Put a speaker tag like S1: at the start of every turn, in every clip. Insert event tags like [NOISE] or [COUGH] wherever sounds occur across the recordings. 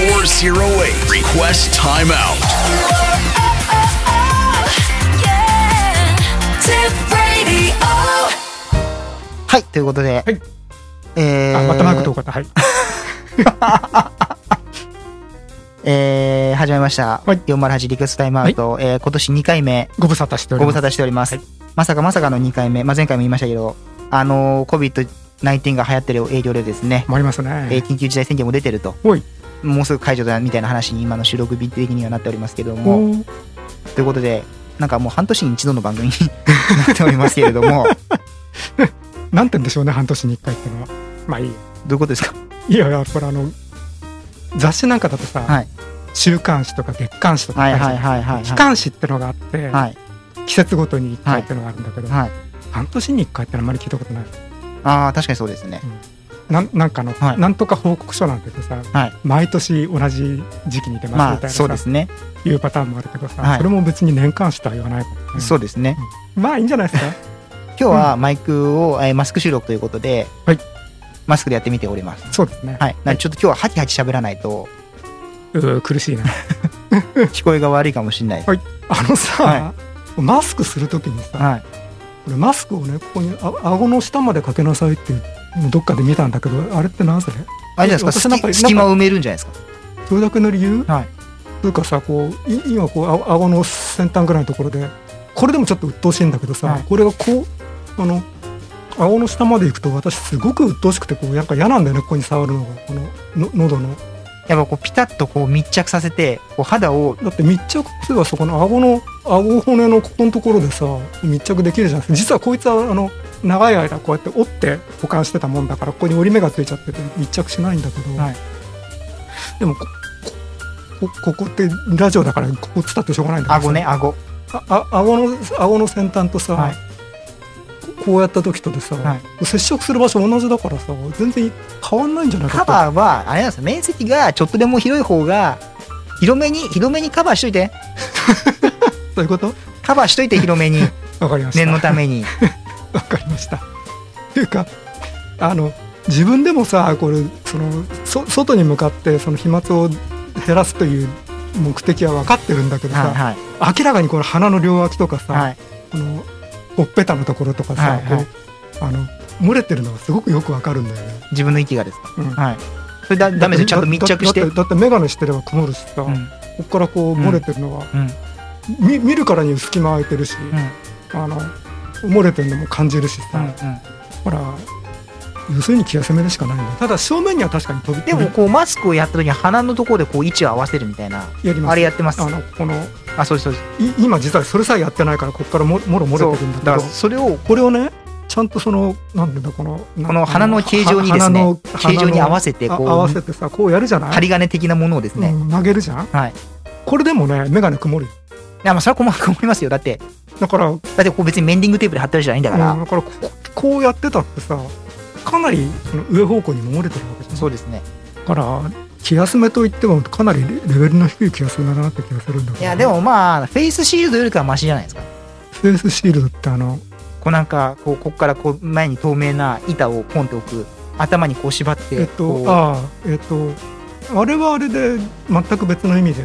S1: 408. Request timeout.
S2: Tip Radio.
S3: はい、ということで。
S4: はい
S3: えー、
S4: あ、またマークとかった。はい。
S3: えー、始めました。
S4: はい
S3: 408リクエストタイムアウト。えー、今年2回目、
S4: ご無沙汰してお
S3: ご
S4: りま
S3: 無
S4: す。
S3: 沙汰しております。
S4: はい
S3: まさかまさかの2回目。まあ、前回も言いましたけど、あのー、COVID-19 が流行ってる影響でですね、
S4: もあります
S3: えー
S4: ね。
S3: 緊急事態宣言も出てると。
S4: おい
S3: もうすぐ解除だみたいな話に今の収録日的にはなっておりますけれども、
S4: おー
S3: ということで、なんかもう半年に一度の番組に [LAUGHS] なっておりますけれど
S4: [LAUGHS]
S3: も、
S4: なんて言うんでしょうね、半年に一回っていうのは。まあいいよ。
S3: どういうことですか
S4: いやいや、これあの、雑誌なんかだとさ、
S3: はい
S4: 週刊誌とか月刊誌とか
S3: はい
S4: あるじゃん
S3: はいはいはい。
S4: 期間誌ってのがあって、
S3: はい。
S4: 季節ごとに1回ってのがあるんだけど、
S3: はい。
S4: 半年に1回ってのはあんまり聞いたことない
S3: ああ、確かにそうですね。
S4: なんなんかの、
S3: はい
S4: なんとか報告書なんてさ、
S3: はい
S4: 毎年同じ時期に出ますみ
S3: ま
S4: たい
S3: あ、
S4: な
S3: そ
S4: さ、
S3: うですね。
S4: いうパターンもあるけどさ、
S3: はい
S4: それも別に年間誌とは言わないからね
S3: そうですね。
S4: まあいいんじゃないですか
S3: 今日はマイクを、えーマスク収録ということで、
S4: はい
S3: マスクでやってみております。
S4: そうですね、
S3: はい。なんでちょっと今日はハキハキ喋らないと、
S4: うー苦しいな
S3: 聞こえが悪いかもしれないです。
S4: あのさ、
S3: は
S4: マスクするときにさ、
S3: はい。
S4: 俺マスクをねここにあ顎の下までかけなさいっていうのどっかで見たんだけどあれってなぜ
S3: あれじゃないです
S4: 私なん
S3: か、
S4: か
S3: 隙隙間を埋めるんじゃないですか。
S4: それだけの理由、
S3: はい
S4: というかさこうい今こうあ顎の先端ぐらいのところでこれでもちょっと鬱陶しいんだけどさ、
S3: はい
S4: これがこうあの顎の下まで行くと私すごく鬱陶しくてこうなんか嫌なんだよねここに触るのがこのの喉の
S3: やっぱこう、ピタッとこう密着させて、こう肌を、
S4: だって密着すればそこの顎の顎骨のここのところでさ密着できるじゃないですか実はこいつはあの長い間こうやって折って保管してたもんだからここに折り目がついちゃってて密着しないんだけど、
S3: はい
S4: でもここここってラジオだからここ伝ってしょうがないんだけどさ
S3: 顎ね、顎。
S4: ああ顎の顎の先端とさ、
S3: はい
S4: ここうやった時とでさ、
S3: は
S4: 接触する場所同じだからさ全然変わんないんじゃないか
S3: カ
S4: と
S3: バーは、あれなんですよ面積がちょっとでも広い方が、広めに、広めにカバーしといて。
S4: そういうこと
S3: カバーしといて広め [LAUGHS] に、
S4: わかりました
S3: 念のため [LAUGHS] に。
S4: わかりました。っていうかあの自分でもさこれそのそ外に向かってその飛沫を減らすという目的は分かってるんだけどさ、
S3: はいはい。
S4: 明らかにこの鼻の両脇とかさ、
S3: はい。
S4: このほっぺたのところとかさ、
S3: はいはい
S4: こうあの漏れてるのがすごくよく分かるんだよね。
S3: 自分の息がですか。
S4: うん
S3: はい。それだ、ダメですよ。ちゃんと密着して。
S4: だ
S3: う
S4: だ
S3: ん
S4: だだって眼鏡してれば曇るしさ、ここからこう漏れてるのは、み見るからに隙間空いてるし、
S3: うん。うん。
S4: あの漏れてるのも感じるし
S3: う
S4: さ、
S3: ん。うん。
S4: ほら、要するに気が攻めるしかないんだ。ただ正面には確かに飛び
S3: で
S4: 飛
S3: も
S4: び
S3: こうマスクをやった時に鼻のところでこう位置を合わせるみたいな
S4: やります。
S3: あれやってます
S4: あのこの
S3: あそうですそうです
S4: い今実はそれさえやってないからここからももろ漏れてるん
S3: そうだから
S4: だけど、
S3: それを
S4: これをね、ちゃんとそのなんていうんだこのな
S3: この鼻の形状にですね形状に合わせて
S4: て
S3: こ
S4: 合わせ
S3: う
S4: てさこうやるじゃない。
S3: 針金的なものをですね、
S4: うん投げるじゃん。
S3: はい
S4: これでもね眼鏡曇るよ。
S3: いやまあそれは困困りますよだって
S4: だから
S3: だってこう別にメンディングテープで貼ってるじゃないんだから、
S4: うんだからこここうやってたってさかなりその上方向に漏れてるわけじゃん。
S3: そうですね
S4: だから気休めといってもかなりレベルの低い気休めだなって気がするんだけど、
S3: いやでもまあフェイスシールドよりかはマシじゃないですか
S4: フェイスシールドってあの
S3: こうなんかこうこっからこう前に透明な板をポンって置く頭にこう縛って
S4: えっ
S3: ことう
S4: ああえっとあれはあれで全く別の意味で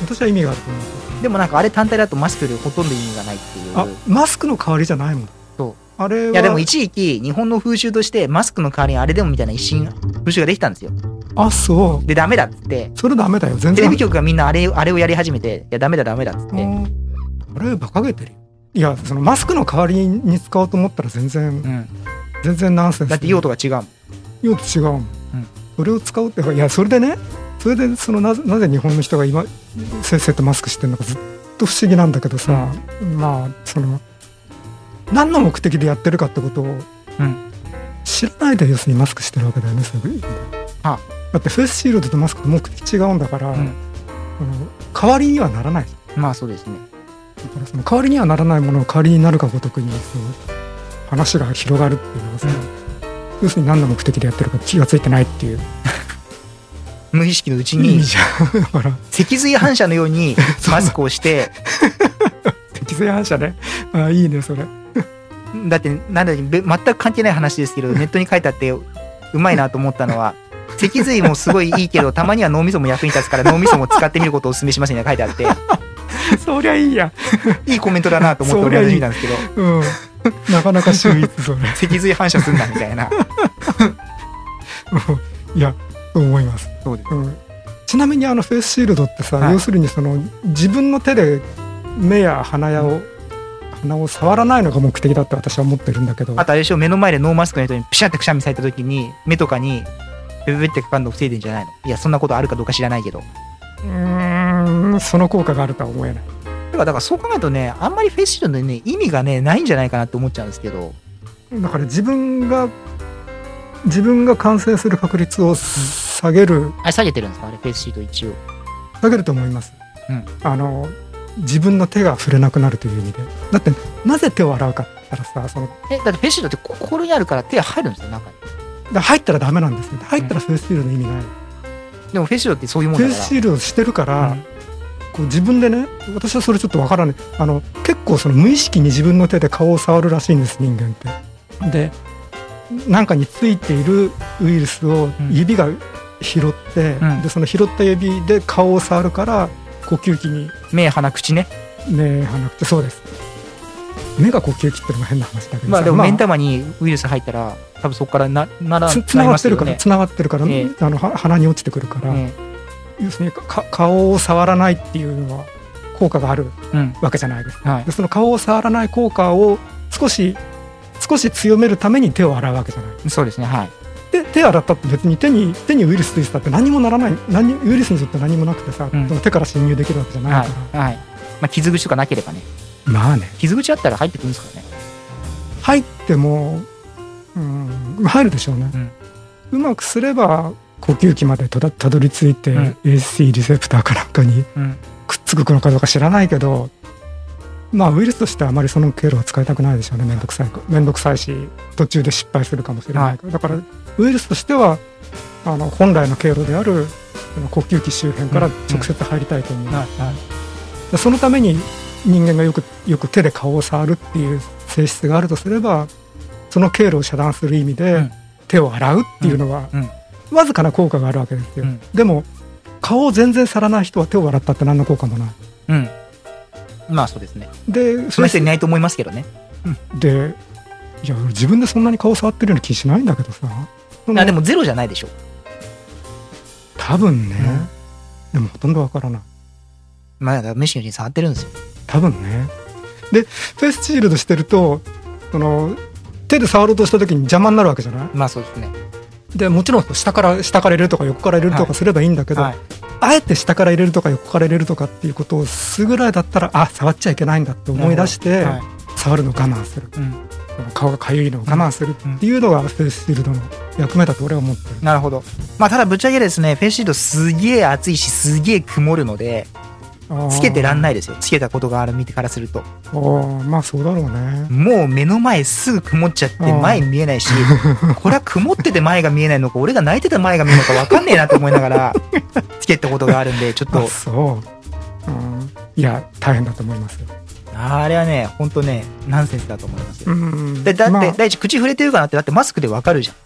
S4: 私は意味があると思うんですよ
S3: でもなんかあれ単体だとマスクよりほとんど意味がないっていう
S4: あマスクの代わりじゃないもん
S3: そう
S4: あれはい
S3: やでも一時期日本の風習としてマスクの代わりにあれでもみたいな一新風習ができたんですよ
S4: あそう
S3: でダメだっつって
S4: それダメだよ全然
S3: テレビ局がみんなあれあれをやり始めていやダメだダメだっつっ
S4: う
S3: て
S4: んあれ馬鹿げてるよいやそのマスクの代わりに使おうと思ったら全然、
S3: うん
S4: 全然ナンセンス
S3: だって用途が違うもん
S4: 用途違うもん、
S3: うん
S4: それを使うっていやそれでねそれでそのなぜなぜ日本の人が今せっせとマスクしてるのかずっと不思議なんだけどさ、まあその何の目的でやってるかってことを
S3: うん
S4: 知らないで要するにマスクしてるわけだよねすごい
S3: あ
S4: だってフェイスシールドとマスクと目的違うんだから、
S3: うん
S4: あの代わりにはならない
S3: まあそうですね
S4: だからその代わりにはならないものを代わりになるかごとくにそう話が広がるっていうのはさ、
S3: うん
S4: 要するに何の目的でやってるか気がついてないっていう
S3: 無意識のうち
S4: いい
S3: に
S4: じゃんだから
S3: 脊髄反射のよう [LAUGHS] に
S4: そう
S3: マスクをして
S4: 脊髄反射ねあいいねそれ
S3: だってなんだべ全く関係ない話ですけどネットに書いてあってうまいなと思ったのは脊髄もすごいいいけど、たまには脳みそも役に立つから脳みそも使ってみることをお勧めしますみたいなのが書いてあっ
S4: そりゃいいや、
S3: て、いいコメントだなと思って
S4: そ
S3: 俺
S4: りゃ
S3: はい
S4: い
S3: 始めたん [LAUGHS] ですけど、
S4: うん、なかなか秀逸それ
S3: 脊髄反射すんだみたいな。
S4: いやそう思います、
S3: そうです。
S4: うん、ちなみにあのフェイスシールドってさ、
S3: はい
S4: 要するにその自分の手で目や鼻やを、鼻を触らないのが目的だって私は思ってるんだけど
S3: あとあれでしょ、目の前でノーマスクの人にピシャってくしゃみされた時に、目とかに、ベベベってかかるのを防いでんじゃないのいや、そんなことあるかどうか知らないけど。
S4: うーんその効果があるとは思えない
S3: だから、だからそう考えるとね、あんまりフェイスシールドにね、意味がね、ないんじゃないかなって思っちゃうんですけど、
S4: だから自分が自分が感染する確率を下げる
S3: あれ下げてるんですかあれ、フェイスシールド一応。
S4: 下げると思います、
S3: うん
S4: あの自分の手が触れなくなるという意味でだってなぜ手を洗うかって言ったらさその
S3: え、だってフェイスシールドってこここにあるから手入るんですよ、中に。
S4: だ入ったらダメなんですよ入ったらフェイスシールドの意味ない、
S3: でもフェイスシールドってそういうもん
S4: フェ
S3: だ
S4: イ
S3: か
S4: ス
S3: ら。
S4: シールドしてるから、
S3: うん
S4: こう自分でね私はそれちょっとわからないあの結構その無意識に自分の手で顔を触るらしいんです人間ってでなんかについているウイルスを
S3: ん
S4: 指が拾って、
S3: うん
S4: でその拾った指で顔を触るから呼吸器に
S3: 目、鼻、口ね。
S4: 目がなくてそうです目が呼吸器ってのが変な話だけどさ
S3: まあでも目ん玉にウイルス入ったら、多分そこからな、なら、
S4: つつながってるか
S3: な
S4: ら
S3: ります
S4: つながってるから、
S3: ええ
S4: あのは鼻に落ちてくるから、
S3: よね。ね
S4: 要するにかか顔を触らないっていうのは効果がある
S3: うん。
S4: わけじゃないですか
S3: はい
S4: で。その顔を触らない効果を少し少し強めるために手を洗うわけじゃない
S3: そうですね、はい。
S4: で手洗ったって別に手に手にウイルスついてたって何もならない何ウイルスにとって何もなくてさ、
S3: うん
S4: その手から侵入できるわけじゃな
S3: はい
S4: から、
S3: い。はい。まあ、傷口とかなければね。
S4: まあね
S3: 傷口あったら入ってくるんですかね。
S4: 入ってもうん入るでしょうね、うまくすれば呼吸器までとだたどり着いて、
S3: うん
S4: AC リセプターかなんかに
S3: うん。
S4: くっつくのかどうか知らないけどまあウイルスとしてはあまりその経路は使いたくないでしょうね面倒くさい面倒くさいし途中で失敗するかもしれないから、だからウイルスとしてはあの本来の経路であるその呼吸器周辺から
S3: うん
S4: 直接入りたいと思う、
S3: はい。はい。
S4: でそのために人間がよくよく手で顔を触るっていう性質があるとすればその経路を遮断する意味で、
S3: うん
S4: 手を洗うっていうのは、
S3: うん
S4: わずかな効果があるわけですよ、
S3: うん
S4: でも顔を全然さらない人は手を洗ったって何の効果もない
S3: うん。まあ、そうですね。
S4: で
S3: そんな人いないと思いますけどね。
S4: でいや俺自分でそんなに顔触ってるような気しないんだけどさその
S3: あでもゼロじゃないでしょ。
S4: 多分ね、でもほとんどわからない
S3: まあ、だからメッシュに触ってるんですよ。
S4: 多分ねでフェイスシールドしてるとその手で触ろうとした時に邪魔になるわけじゃない
S3: まあ、そうですね。
S4: でもちろん下から下から入れるとか横から入れると
S3: は
S4: か
S3: い
S4: すればいいんだけど、
S3: はい。
S4: あえて下から入れるとか横から入れるとかっていうことをすぐらいだったらあ触っちゃいけないんだって思い出して、
S3: はい
S4: 触るのを我慢する
S3: うん。
S4: その顔が痒いのを我慢するっていうのがフェイスシールドの役目だと俺は思ってる。
S3: なるほど。まあ、ただぶっちゃけですね、フェイスシールドすげえ熱いし、すげえ曇るので、つけてらんないですよ。つけたことがある身からすると。
S4: あーまあそうだろうね
S3: もう目の前すぐ曇っちゃって
S4: うん
S3: 前見えないし、 [LAUGHS] これは曇ってて前が見えないのか、俺が泣いてて前が見えるのか分かんねえなと思いなが
S4: [LAUGHS]
S3: ら、つけたことがあるんで、ちょっ
S4: あ
S3: と、
S4: そう、うん、いや大変だと思いますよ
S3: あれはね、ほんとね、ナンセンスだと思いますよ。
S4: ん
S3: でだって、
S4: まあ
S3: 第一、口触れてるかなって、だってマスクで分かるじゃん。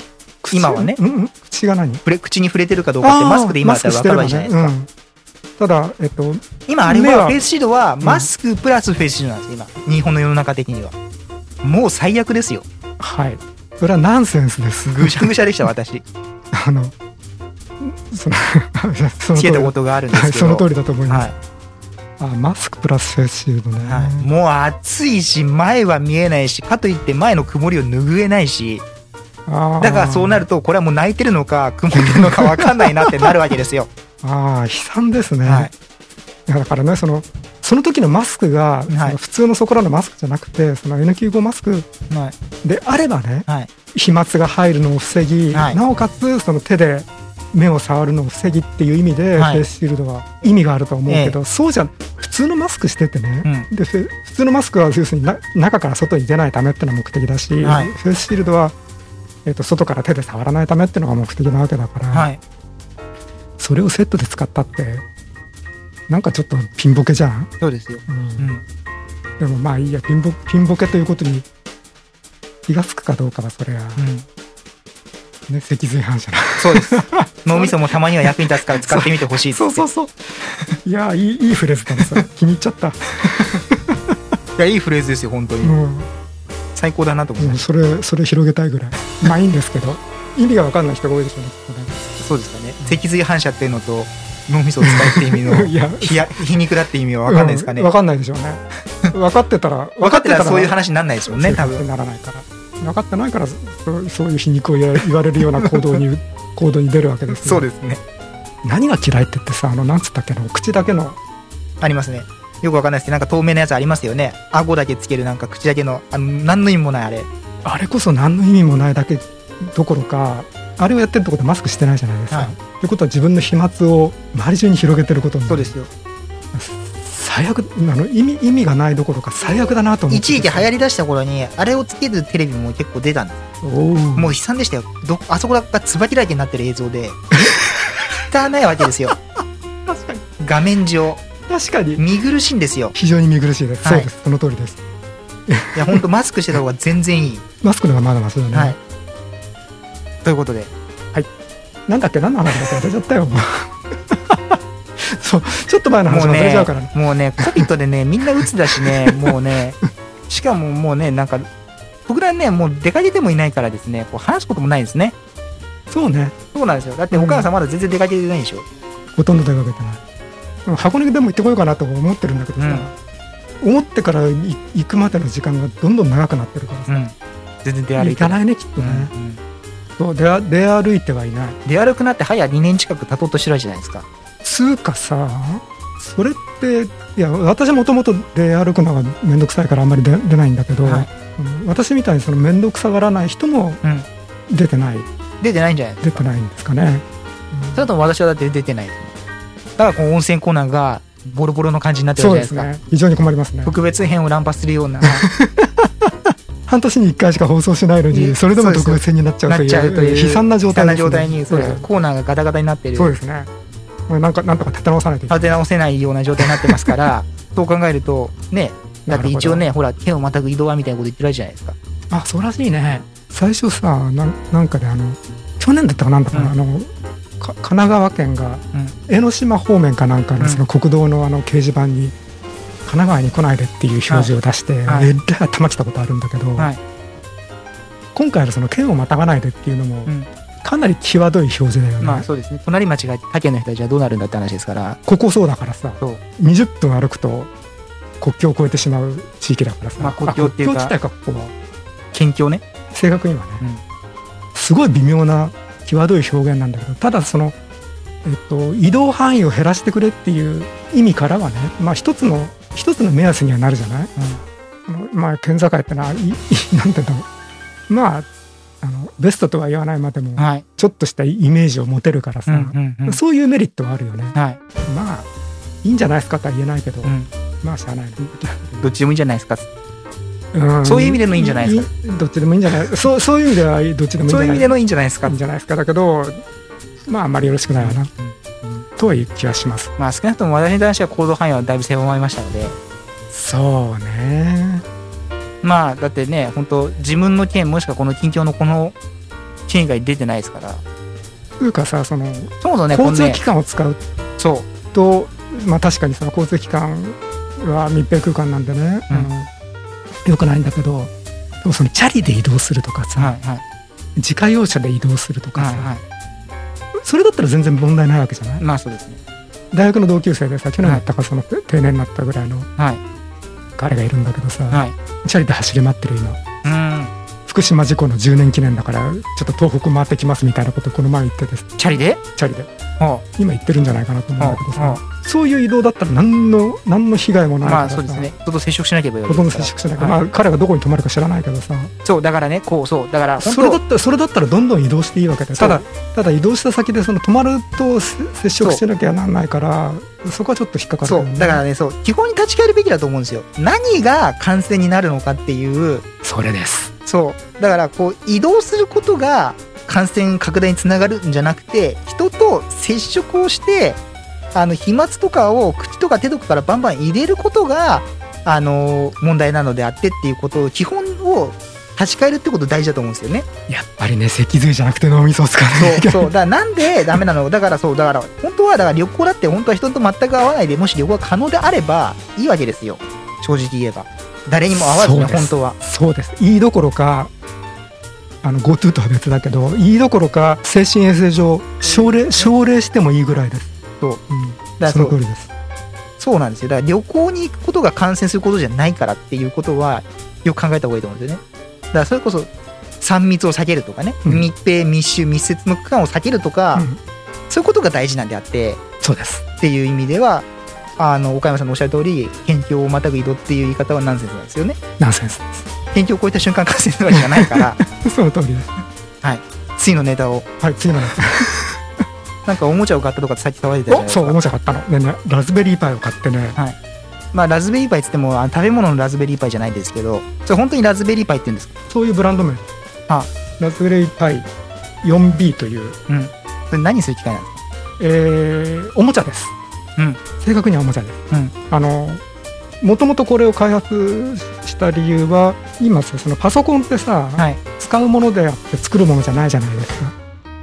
S4: 口
S3: 今はね
S4: うんうん口が何
S3: 触れ口に触れてるかどうかって、
S4: あー
S3: マスクで今だったら分かるわけじゃないですか。
S4: マスクしてればねうんただえっと
S3: 今、あれ
S4: 目
S3: は、
S4: は
S3: フェイスシードは、マスクプラスフェイスシードなんですよ、今。日本の世の中的には。もう最悪ですよ。
S4: はいそれはナンセンスです
S3: ぐしゃ [LAUGHS] ぐしゃ
S4: [LAUGHS]
S3: でした、私。
S4: あのそのその
S3: つ
S4: 通り
S3: けたことがあるんで
S4: は
S3: す
S4: い
S3: けど。
S4: その通りだと思います、
S3: はい。
S4: あマスクプラスフェイスシールドね、
S3: はい、もう暑いし前は見えないしかといって前の曇りを拭えないし
S4: あー
S3: だからそうなるとこれはもう泣いてるのか曇ってるのか分かんないなってなるわけです
S4: [LAUGHS]
S3: よ。
S4: ああ悲惨ですね、
S3: はい
S4: いやだからねそのその時のマスクが、その
S3: はい
S4: 普通のそこらのマスクじゃなくてその N95 マスク
S3: はい
S4: であればね
S3: はい
S4: 飛沫が入るのを防ぎ、
S3: はい
S4: なおかつその手で目を触るのを防ぎっていう意味で、
S3: はい
S4: フェイスシールドは意味があると思うけど、そうじゃ普通のマスクしててね、でフェ普通のマスクは要するにな中から外に出ないためってのが目的だし、
S3: はい
S4: フェイスシールドは、えっと外から手で触らないためってのが目的なわけだから、
S3: はい
S4: それをセットで使ったってなんかちょっとピンボケじゃん、
S3: そうですよ。うん、
S4: でもまあいいやピンボピンボケということに気が付くかどうかはそれはね、脊髄反射の
S3: そう
S4: [LAUGHS]
S3: です。脳みそもたまには役に立つから使ってみてほしいっつって
S4: そうそうそう [LAUGHS] いやーいいいいフレーズだねそれ気に入っちゃった
S3: いやいいフレーズですよ本当に、
S4: も
S3: 最高だなと思
S4: う
S3: い
S4: も
S3: ま
S4: う
S3: し
S4: それそれ広げたいぐらいまあいいんですけど意味が分かんない人が多いでしょうね
S3: たそうですかね脊髄反射っていうのと脳みそを使うって意味 [LAUGHS] の
S4: いや
S3: ひや皮肉だって意味は分かんないですかね、
S4: 分かんないでしょうね分かってた
S3: [LAUGHS]
S4: ら
S3: 分かってたらそういう
S4: 分かって
S3: 話にならないでしょう
S4: た
S3: ね
S4: ら
S3: 多
S4: そういう話に
S3: 分
S4: ならないから分かってないからそうそういう皮肉を言われ言われるような行動に行動に出るわけです、ね、
S3: そうですね
S4: 何が嫌いって言ってさあのなんつったっけなお口だけの
S3: ありますねよく分かんないですけどなんか透明なやつありますよね顎だけつけるなんか口だけのあの何の意味もないあれ
S4: あれこそ何の意味もないだけどころかあれをやってるってことはマスクしてないじゃないですか。
S3: はい
S4: ということは自分の飛沫を周り中に広げてることに
S3: そうですよ
S4: 最悪あの意味意味がないどころか最悪だなと思って
S3: 一時期流行りだした頃にあれをつけるテレビも結構出たんです
S4: おう
S3: もう悲惨でしたよどあそこが椿だらけになってる映像 [LAUGHS] で汚いわけですよ
S4: 確かに
S3: 画面上
S4: 確かに
S3: 見苦しいんですよ
S4: 非常に見苦しいです、
S3: はい
S4: そうですその通りです
S3: いや本当マスクしてた方が全然いい、
S4: マスクの方がまだマシだね、
S3: はいということで
S4: なんだっけ何の話だっけ忘れちゃったよもう [LAUGHS] そうちょっと前の
S3: も
S4: 話
S3: う
S4: 忘れち
S3: ね
S4: ゃうからね
S3: もうね COVID で
S4: [LAUGHS]
S3: ねみんな鬱だしねもうねしかももうねなんか僕らねもう出かけてもいないからですねこう話すこともないですね
S4: そうね
S3: そうなんですよだってお母さんまだ全然出かけてないでしょ、
S4: ほとんど出かけてないでも箱根でも行ってこようかなと思ってるんだけどさ、思ってからい行くまでの時間がどんどん長くなってるから
S3: う
S4: さ、
S3: ん、全然出歩い
S4: 行
S3: て
S4: か
S3: ない、
S4: ないねきっと
S3: う
S4: ね、
S3: んうん
S4: そう出歩出歩いてはいない
S3: 出歩くなって早2年近く経とうとしてるわけじゃないですか
S4: つうかさそれっていや私もともと出歩くのが面倒くさいからあんまり出出ないんだけど、
S3: はい
S4: うん私みたいにその面倒くさがらない人も
S3: うん
S4: 出てない
S3: 出てないんじゃない
S4: 出てないんですかね、
S3: それとも私はだって出てないですねだからこの温泉コーナーがボロボロの感じになってる
S4: そう
S3: わけ
S4: で
S3: じ
S4: す
S3: ゃないですか
S4: ね非常に困りますね
S3: 特別編を乱発するような
S4: 半年に1回しか放送しないの
S3: いえ
S4: にそれでも特別編になっちゃう
S3: な
S4: と
S3: っ
S4: いう
S3: ちゃうという
S4: 悲惨な状態
S3: 悲
S4: です
S3: 惨
S4: ね
S3: 状態にそうです
S4: ええ
S3: コーナーがガタガタになってる
S4: そうですねもうなんかなんとか立て直さないといけない
S3: 立て直せないような状態になってますから
S4: [LAUGHS]
S3: そう考えるとねだって一応ねほら手をまたぐ移動はみたいなこと言ってるわけじゃないですか
S4: あそうらしいね最初さなんなんかであの去年だったかなんだかな、
S3: うん
S4: あのか神奈川県が江ノ島方面かなんか
S3: う
S4: の
S3: ん
S4: その国道のあの掲示板に「神奈川に来ないで」っていう表示を出して、
S3: はい
S4: えらい頭きたことあるんだけど、
S3: はい
S4: 今回のその県をまたがないでっていうのも、
S3: うん
S4: かなり際どい表示だよね、
S3: まあそうですね隣町が他県の人たちはどうなるんだって話ですから
S4: ここそうだからさ
S3: そう
S4: 20分歩くと国境を越えてしまう地域だからさ、
S3: まあ国境っていうか
S4: あ国境自体かここは
S3: 県境ね
S4: 正確にはね、
S3: うん
S4: すごい微妙な際どい表現なんだけどただその、えっと、移動範囲を減らしてくれっていう意味からはね、まあ、一つの一つの目安にはなるじゃない、あのまあ、県境ってのはい [LAUGHS] いなんて言うんだろうまああのベストとは言わないまでも
S3: はい
S4: ちょっとしたイメージを持てるから
S3: う
S4: さ、
S3: んうんうん
S4: そういうメリットはあるよね
S3: はい
S4: まあいいんじゃないですかとは言えないけど、
S3: うん
S4: まあしゃあないね
S3: どっちでもいいんじゃないですか
S4: うん
S3: そういう意味でのいいんじゃないです
S4: いどっちでもいいんじゃないそうそういう意味ではどっちでもいいんじゃ
S3: そう
S4: ない
S3: 意
S4: いう
S3: 味でのいいんじゃないですか
S4: いいんじゃないですかだけどまああんまりよろしくないわなとはいう気はします
S3: まあ少なくとも私に対しては行動範囲はだいぶ狭まりましたので
S4: そうね
S3: まあだってね本当自分の県もしくはこの近況のこの県以外出てないですから
S4: というかさその
S3: そもそもねこの
S4: 交通
S3: ね
S4: 機関を使う
S3: そう
S4: と、まあ確かにその交通機関は密閉空間なんでね、
S3: うん
S4: うんよくないんだけどでもそのチャリで移動するとかさ、
S3: はいはい
S4: 自家用車で移動するとか
S3: は
S4: さ、
S3: いは
S4: それだったら全然問題ないわけじゃない
S3: いまあそうですね
S4: 大学の同級生でさ去年だったかその定年になったぐらいの
S3: はい
S4: 彼がいるんだけどさ、
S3: はい
S4: チャリで走り回ってる今
S3: うん
S4: 福島事故の10年記念だからちょっと東北回ってきますみたいなことこの前言ってて
S3: チャリで
S4: チャリで
S3: ほ
S4: 今言ってるんじゃないかなと
S3: う
S4: 思う
S3: ほ
S4: んだ
S3: う
S4: けど
S3: ほう
S4: さそういう移動だったら何の何の被害もないか
S3: ま
S4: ら
S3: あ
S4: さ
S3: そうですね人と接触しなければいいわ
S4: ほ
S3: け
S4: とん
S3: で
S4: ど
S3: すから
S4: 接触しないから、
S3: はい
S4: まあ、彼がどこに泊まるか知らないけどさ
S3: そうだからねこうそうだから
S4: それだ
S3: 本
S4: ったそれだったらどんどん移動していいわけで
S3: そ
S4: た
S3: う
S4: だただ移動した先でその泊まるとせ接触してなきゃなんないからそこはちょっと引っかか
S3: 当
S4: るよ
S3: そ
S4: ね、
S3: うだからねそう基本に立ち返るべきだと思うんですよ何が感染になるのかっていう
S4: それです
S3: そうだからこう移動することが感染拡大につながるんじゃなくて人と接触をしてあの飛沫とかを口とか手とかからバンバン入れることがあの問題なのであってっていうことを基本を立ち返るってこと大事だと思うんですよ
S4: [LAUGHS]
S3: ね。
S4: やっぱりね脊髄じゃなくて脳みそを使わない
S3: そうそうだからなんでダメなのだからそうだから本当はだから旅行だって本当は人と全く会わないでもし旅行が可能であればいいわけですよ正直言えば誰にも会わずに
S4: そうです
S3: 本当は
S4: そうですいいどころかあの GoTo とは別だけどいいどころか精神衛生上奨励奨励してもいいぐらいです
S3: そう
S4: うん
S3: だから
S4: そ
S3: そ
S4: の通
S3: う
S4: りです
S3: そうなんですよだから旅行に行くことが感染することじゃないからっていうことはよく考えた方がいいと思うんですよねだからそれこそ3密を避けるとかね、
S4: うん
S3: 密閉密集密接の区間を避けるとか、
S4: うん
S3: そういうことが大事なんであって
S4: そうです
S3: っていう意味ではあの岡山さんのおっしゃる通り県境をまたぐ移動っていう言い方はナンセンスなんですよね
S4: ナンセンス [LAUGHS] で
S3: 県境を越えた瞬間感染するわけじゃないから
S4: [LAUGHS] すその通りです
S3: 次のネタを
S4: はい次のね
S3: なんかおもちゃを買ったとかってさっき騒いでたじゃない
S4: お
S3: です
S4: そうおも
S3: か
S4: ちゃ買ったのでねラズベリーパイを買ってね
S3: まあラズベリーパイっつってもあの食べ物のラズベリーパイじゃないですけどそれ本当にラズベリーパイって言うんですか
S4: そういうブランド名
S3: あ
S4: ラズベリーパイ 4B という、
S3: うんそれ何する機会なんですか
S4: えーおもちゃです、
S3: うん
S4: 正確にはおもちゃです、
S3: うん
S4: あのもともとこれを開発した理由は今さそのパソコンってさ、
S3: はい
S4: 使うものであって作るものじゃないじゃないですか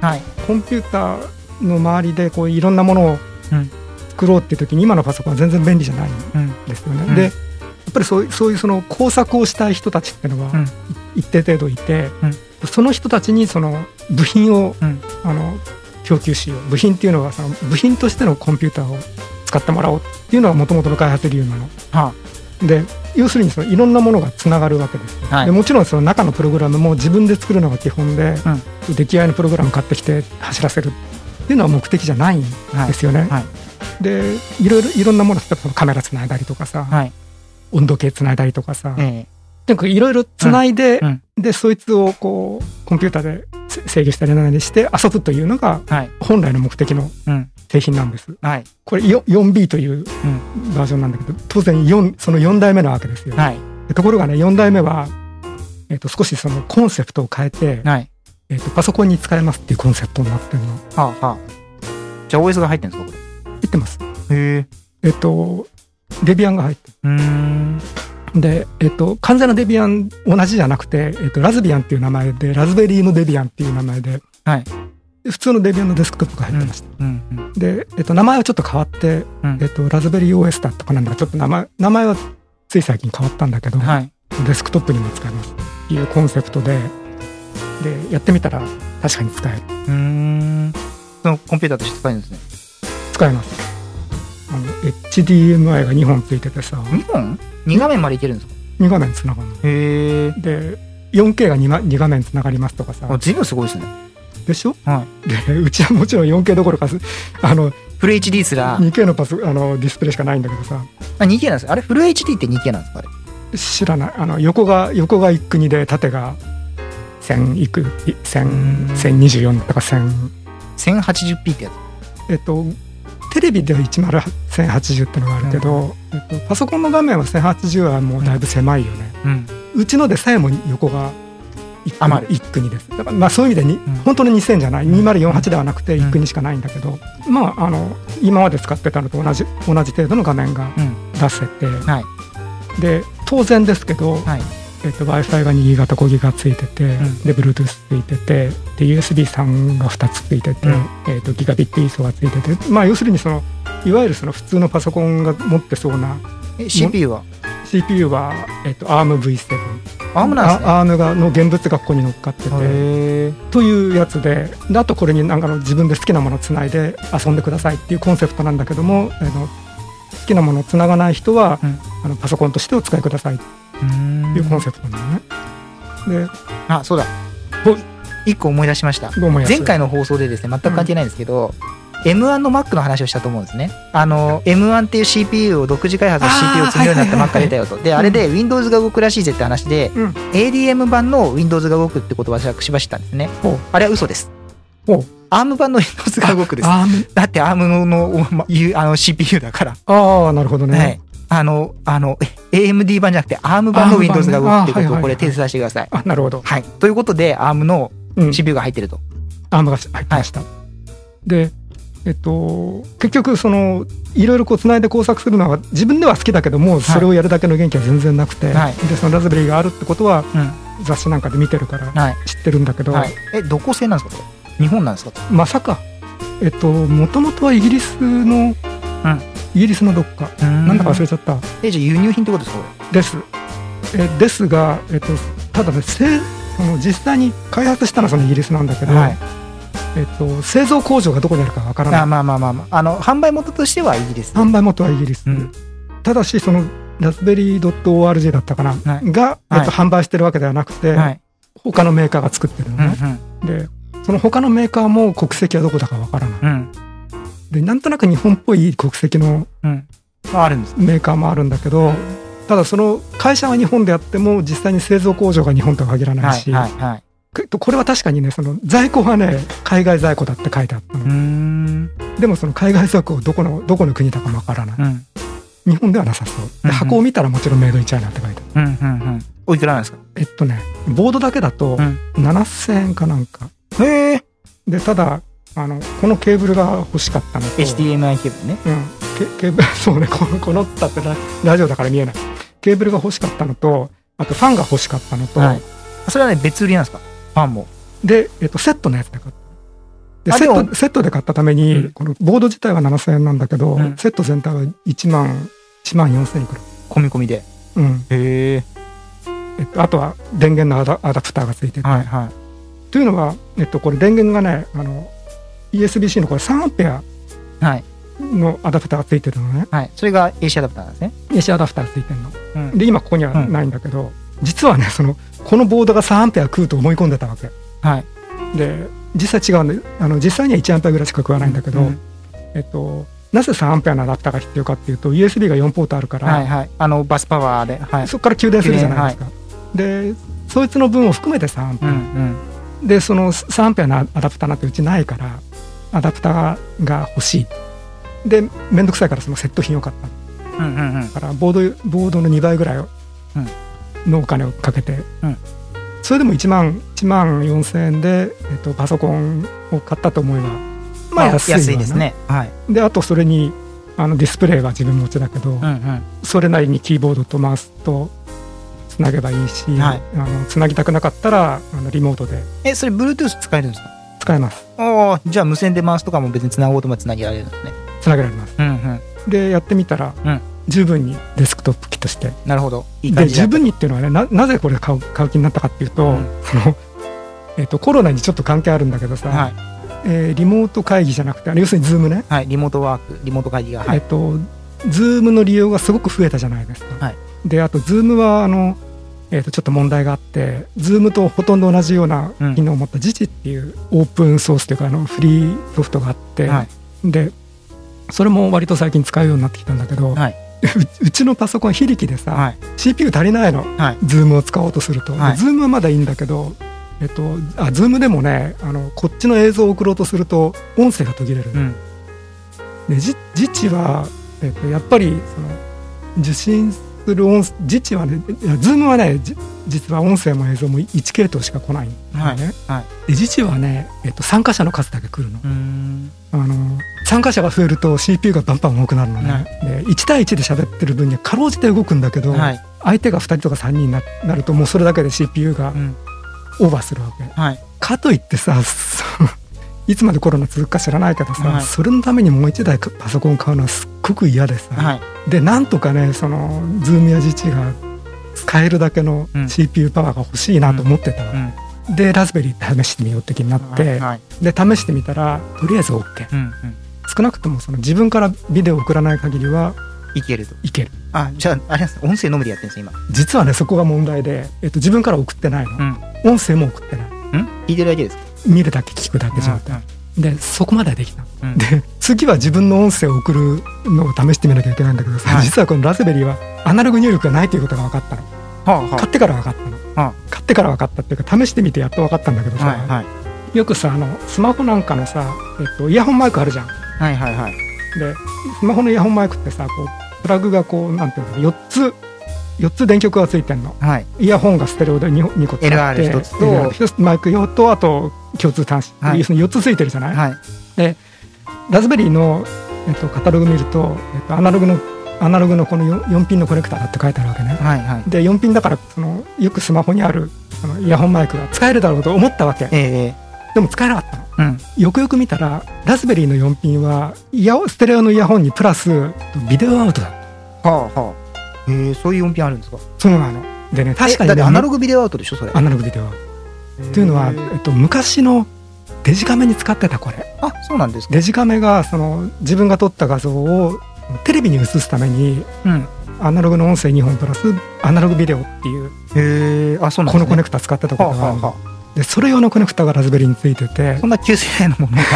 S3: はい
S4: コンピューターの周りでこういろんなものを
S3: うん
S4: 作ろうっていう時に今のパソコンは全然便利じゃないん
S3: うん
S4: ですよね、
S3: うん
S4: でやっぱりそうそういうその工作をしたい人たちっていうのは
S3: うん
S4: い一定程度いて、
S3: うん
S4: その人たちにその部品を、
S3: うん
S4: あの供給しよう部品っていうのはその部品としてのコンピューターを使ってもらおうっていうのがもともとの開発理由なの。
S3: は
S4: で要するにそのいろんなものがつながるわけですよ、
S3: はい
S4: でもちろんその中のプログラムも自分で作るのが基本で、出来合いのプログラム買ってきて走らせるっていうのは目的じゃないん
S3: あはい
S4: ですよね、
S3: はい
S4: でいろいろいろんなもの例えばそのカメラつないだりとかさ、
S3: はい
S4: 温度計つないだりとかさ、
S3: え
S4: なんかいろいろつないで、
S3: うん
S4: でそいつをこうコンピューターでせ制御したり何にして遊ぶというのが
S3: えはい
S4: 本来の目的の
S3: うん
S4: 製品なんです
S3: はい
S4: これよ 4B というバージョンなんだけど当然4その4代目なわけですよ、
S3: はい
S4: でところがね4代目は、えっと少しそのコンセプトを変えて、
S3: はい
S4: えっとパソコンに使えますっていうコンセプトになってるの
S3: はあはあじゃあ OS が入ってるんですかこ
S4: 言ってます
S3: れへえ
S4: えっとデビアンが入って
S3: うーん
S4: るで、えっと完全なデビアン同じじゃなくて、えっとラズビアンっていう名前でラズベリーのデビアンっていう名前で、
S3: はい
S4: 普通のデビアンのデスクトップが入ってました、
S3: うんうん
S4: で、えっと名前はちょっと変わって、
S3: うん
S4: えっとラズベリー OS だったかなんだかちょっと名前名前はつい最近変わったんだけど、
S3: はい
S4: デスクトップにも使えますっていうコンセプトででやってみたら確かに使える
S3: うーんそのコンピューターとして使えるんですね
S4: 使えますあの HDMI が2本ついててさ
S3: 2本 ?2 画面までいけるんですか
S4: 2画面つながるの
S3: へえ
S4: で 4K が 2, ま2画面つながりますとかさ
S3: 随分すごいですね
S4: でしょ
S3: は
S4: でうちはもちろん 4K どころかすあの
S3: いフル HD すら
S4: 2K のパスあのディスプレイしかないんだけどさ
S3: あ 2K なんですかあれフル HD って 2K なんですかあれ
S4: 知らないあの横が横が1国で縦が1000いくい1000 1024とか1000
S3: 1080p ってや
S4: えっと、テレビでは1080ってのがあるけど、えっと、パソコンの画面は1080はもうだいぶ狭いよね、
S3: つうん
S4: うちのでさえも横が一区
S3: 余る
S4: 一区にですだからまあそういう意味でに、
S3: ん
S4: 本当に2000じゃない2048ではなくて1区にしかないんだけど、まああの今まで使ってたのと同じ同じ程度の画面が
S3: うん
S4: 出せて、
S3: はい
S4: で当然ですけど、
S3: はい
S4: えっと、w i f i が2ギガと5ギガついてて、
S3: ん
S4: で Bluetooth ついててで USB3 が2つついてて、
S3: うん
S4: えっとギガビットイーソがついてて、まあ、要するにそのいわゆるその普通のパソコンが持ってそうな
S3: え CPU は
S4: CPU は、えっと ARMv7
S3: アームなんですね
S4: あ ARM がの現物がここに乗っかってて
S3: へえ
S4: というやつでであとこれになんかあの自分で好きなものをつないで遊んでくださいっていうコンセプトなんだけどもあの好きなものをつながない人は、
S3: うん
S4: あのパソコンとしてお使いくださいっていうコンセプトなのね。で
S3: あそうだ
S4: お
S3: 1個思い出しました
S4: どうもやつ
S3: 前回の放送でですね全く関係ないんですけど、M1 の Mac の話をしたと思うんですね。あの M1 っていう CPU を独自開発の CPU を積むようになった
S4: あーはいはいはい
S3: Mac が出たよと。であれで Windows が動くらしいぜって話で、
S4: うん
S3: ADM 版の Windows が動くってことを私は知ったんですね
S4: ほう。
S3: あれは嘘です。
S4: ほう
S3: ARM 版の Windows が動くです。
S4: あ
S3: だって ARM ののおまいうあの CPU だから。
S4: ああなるほどね、
S3: はい。あの、あの、え AMD 版じゃなくて ARM 版の
S4: ARM
S3: Windows が動くっていう
S4: あーはい
S3: こ
S4: はい
S3: とを
S4: はい
S3: これ訂正させてください。
S4: あなるほど、
S3: はい。ということで ARM の
S4: うん、
S3: CPU が入ってると。
S4: アームが入ってました、でえっと結局そのいろいろこうつないで工作するのは自分では好きだけどもうそれをやるだけの元気は全然なくて、
S3: はい
S4: でそのラズベリーがあるってことは
S3: うん。
S4: 雑誌なんかで見てるから
S3: はい、
S4: 知ってるんだけど、
S3: はい、えどこ製なんですかこれ日本なんですか
S4: まさかえっともともとはイギリスの、イギリスのどっか
S3: な
S4: なんだか忘れちゃった
S3: えじゃあ輸入品ってことですかこ
S4: ですえですが、えっと、ただねせいその実際に開発したのはそのイギリスなんだけど、
S3: れはい
S4: えっと、製造工場がどこにあるかわから
S3: あ
S4: ない
S3: まあまあまあまああの販売元としてはイギリス
S4: 販売元はイギリス、
S3: うん
S4: ただしそのラズベリー .org だったかな、
S3: はい
S4: が、えっ
S3: はい
S4: と、販売してるわけではなくて、
S3: はい
S4: 他のメーカーが作ってるの
S3: うん
S4: ね、でその他のメーカーも国籍はどこだかわからない
S3: うんうん
S4: でなんとなく日本っぽい国籍の
S3: うんああるんです
S4: メーカーもあるんだけどただその会社は日本であっても実際に製造工場が日本とは限らない
S3: は
S4: し、
S3: いはいはい
S4: えっとこれは確かにねその在庫はね海外在庫だって書いてあったの、
S3: うーん
S4: でもその海外在庫どこのどこの国だかもわからない、
S3: うん
S4: 日本ではなさそう
S3: うんう
S4: で
S3: ん
S4: 箱を見たらもちろんメイドインチャイナって書いてある
S3: うんうんうんおいくらなんですか
S4: えっとねボードだけだ
S3: う
S4: と
S3: ん
S4: 7000円かなんか
S3: へえ
S4: でただあのこのケーブルが欲しかったのと
S3: HDMI ケーブルね
S4: うん、ケケーブル [LAUGHS] そうねこのこのだってララジオだから見えないケーブルが欲しかったのとあとファンが欲しかったのと、
S3: はいそれはね別売りなんですかファンも
S4: で、えっと、セットのやつで買った
S3: あ
S4: でセ
S3: で
S4: ッ
S3: も
S4: トセットで買ったために、
S3: うん
S4: このボード自体は7000円なんだけど、
S3: うん
S4: セット全体は1万1万4000いくら、
S3: 込み込みで
S4: うん
S3: へえ
S4: えっと、あとは電源のアダアダプターがついてて、
S3: はいはい
S4: というのは、えっと、これ電源がねあの USB-C のこれ3アンペア
S3: はい
S4: のアダプターがついてるのね
S3: はいそれが AC アダプターなんですね
S4: AC アダプターがついてるの
S3: うん
S4: で今ここにはないんだけど、実はねそのこのボードが3アンペア食うと思い込んでたわけ
S3: はい
S4: で実際違うんであの実際には1アンペアぐらいしか食わないんだけど、
S3: うん
S4: えっと、なぜ3アンペアのアダプターが必要かっていうと USB が4ポートあるから、
S3: はいはいあのバスパワーではい
S4: そこから給電するじゃないですか、でそいつの分を含めて3アンペ
S3: う
S4: ア、
S3: んうん
S4: でその3アンペアのアダプターなんてうちないからアダプターが欲しいで面倒くさいからそのセット品を買った
S3: うんうんうん
S4: からボードボードの2倍ぐらいをのお金をかけて、
S3: うん
S4: それでも1万1万4000円で、えっと、パソコンを買ったと思えばまあ安い,、
S3: 安いですねはい
S4: であとそれにあのディスプレイは自分持ちだけど、
S3: うんうん
S4: それなりにキーボードとマウスとつなげばいいし、
S3: はい
S4: あのつなぎたくなかったらあのリモートで
S3: えそれ Bluetooth 使えるんですか
S4: 使えます
S3: ああじゃあ無線で回すとかも別に繋ごうとも繋げられるんですね
S4: つなげられます
S3: うんうん
S4: でやってみたら、
S3: うん
S4: 十分にデスクトップ機として
S3: なるほどいい
S4: で
S3: 感じだ
S4: 十分にっていうのはねななぜこれ買う買う気になったかっていうと、
S3: うん
S4: そのえっとコロナにちょっと関係あるんだけどさ、
S3: はい
S4: えーリモート会議じゃなくてあの要するにズームね、
S3: はいリモートワークリモート会議がは
S4: え
S3: い
S4: っとズームの利用がすごく増えたじゃないですか、
S3: はい
S4: であとズームはあの、えっとちょっと問題があってズームとほとんど同じような機能を持った Gigi っていうオープンソースというかあのフリーソフトがあって、
S3: はい
S4: でそれも割と最近使うようになってきたんだけど、
S3: はい
S4: [LAUGHS] ううちのパソコン非力でさ、
S3: はい
S4: CPU 足りないの、
S3: はい
S4: ズームを使おうとすると、
S3: はい
S4: ズームはまだいいんだけど、えっと、あズームでもねあのこっちの映像を送ろうとすると音声が途切れる、
S3: うん
S4: でじ自治は、えっと、やっぱりその受信する音声自治はねいやズームはねじ実は音声も映像も1系統しか来ないんだよね、
S3: はい
S4: で自治はね、えっと、参加者の数だけ来るの
S3: うーん
S4: あの参加者が増えると CPU がバンバン多くなるのね、
S3: は
S4: で1対1で喋ってる分にはかろうじて動くんだけど、
S3: はい
S4: 相手が2人とか3人にななるともうそれだけで CPU が
S3: うん
S4: オーバーするわけ
S3: はい
S4: かといってさ [LAUGHS] そいつまでコロナ続くか知らないけどさ、
S3: はい
S4: それのためにもう1台かパソコン買うのはすっごく嫌でさ、
S3: はい
S4: でなんとかねそのズームや自治が使えるだけの
S3: うん
S4: CPU パワーが欲しいなと思ってたわ、
S3: うん
S4: でラズベリー試してみようって気になって、
S3: はいはい
S4: で試してみたらとりあえず OK
S3: うんうん
S4: 少なくともその自分からビデオを送らない限りはい
S3: けると
S4: いける
S3: あじゃああれなんです音声のみでやってるんですよ
S4: 実はねそこが問題で、えっと、自分から送ってないの、
S3: 今
S4: 音声も送ってない
S3: うんん聞いてるだけですか
S4: 見るだけ聞くだけ状態、でそこまではできた
S3: うん
S4: で次は自分の音声を送るのを試してみなきゃいけないんだけどさ、
S3: はい
S4: 実はこのラズベリーはアナログ入力がないということが分かったの
S3: はあは
S4: 買ってから分かったの
S3: あは
S4: 買ってから分かったっていうか試してみてやっと分かったんだけど
S3: あ
S4: さ、
S3: はいはい
S4: よくさあのスマホなんかのさ、えっと、イヤホンマイクあるじゃん
S3: はいはいはい
S4: でスマホのイヤホンマイクってさこうプラグがこうなんていうの4つ4つ電極がついてんの
S3: はい
S4: イヤホンがステレオで 2, 個つ
S3: LR1 つと
S4: LR1 つマイク用とあと共通端子、
S3: はい
S4: 要するに4つついてるじゃない、
S3: はい
S4: ラズベリーの、えっと、カタログ見ると、えっと、アナログのアナログのこの 4, 4ピンのコネクタだって書いてあるわけね
S3: はいはい。
S4: で4ピンだからそのよくスマホにあるあのイヤホンマイクが使えるだろうと思ったわけ
S3: ええ
S4: でも使えなかったの
S3: ええうん。
S4: よくよく見たらラズベリーの4ピンはイヤホンステレオのイヤホンにプラスビデオアウトだ
S3: はあはあ。ええそういう音頻あるんですか
S4: そうなのでね確か
S3: え
S4: に、ね、
S3: だってアナログビデオアウトでしょ、それ。
S4: アナログビデオアウトというのは、えっと、昔のデジカメに使ってたこれ
S3: あ、そうなんですか。
S4: デジカメがその自分が撮った画像をテレビに映すために
S3: うん。
S4: アナログの音声2本プラスアナログビデオってい
S3: へ
S4: う
S3: えあ、そうなん
S4: こ
S3: です
S4: の
S3: ね。
S4: コネクタ使ってたこ
S3: はあ
S4: とがあ
S3: は
S4: る
S3: あは
S4: のでそれ用のコネクタがラズベリーについてて
S3: あ。そんな急世代のものが。
S4: い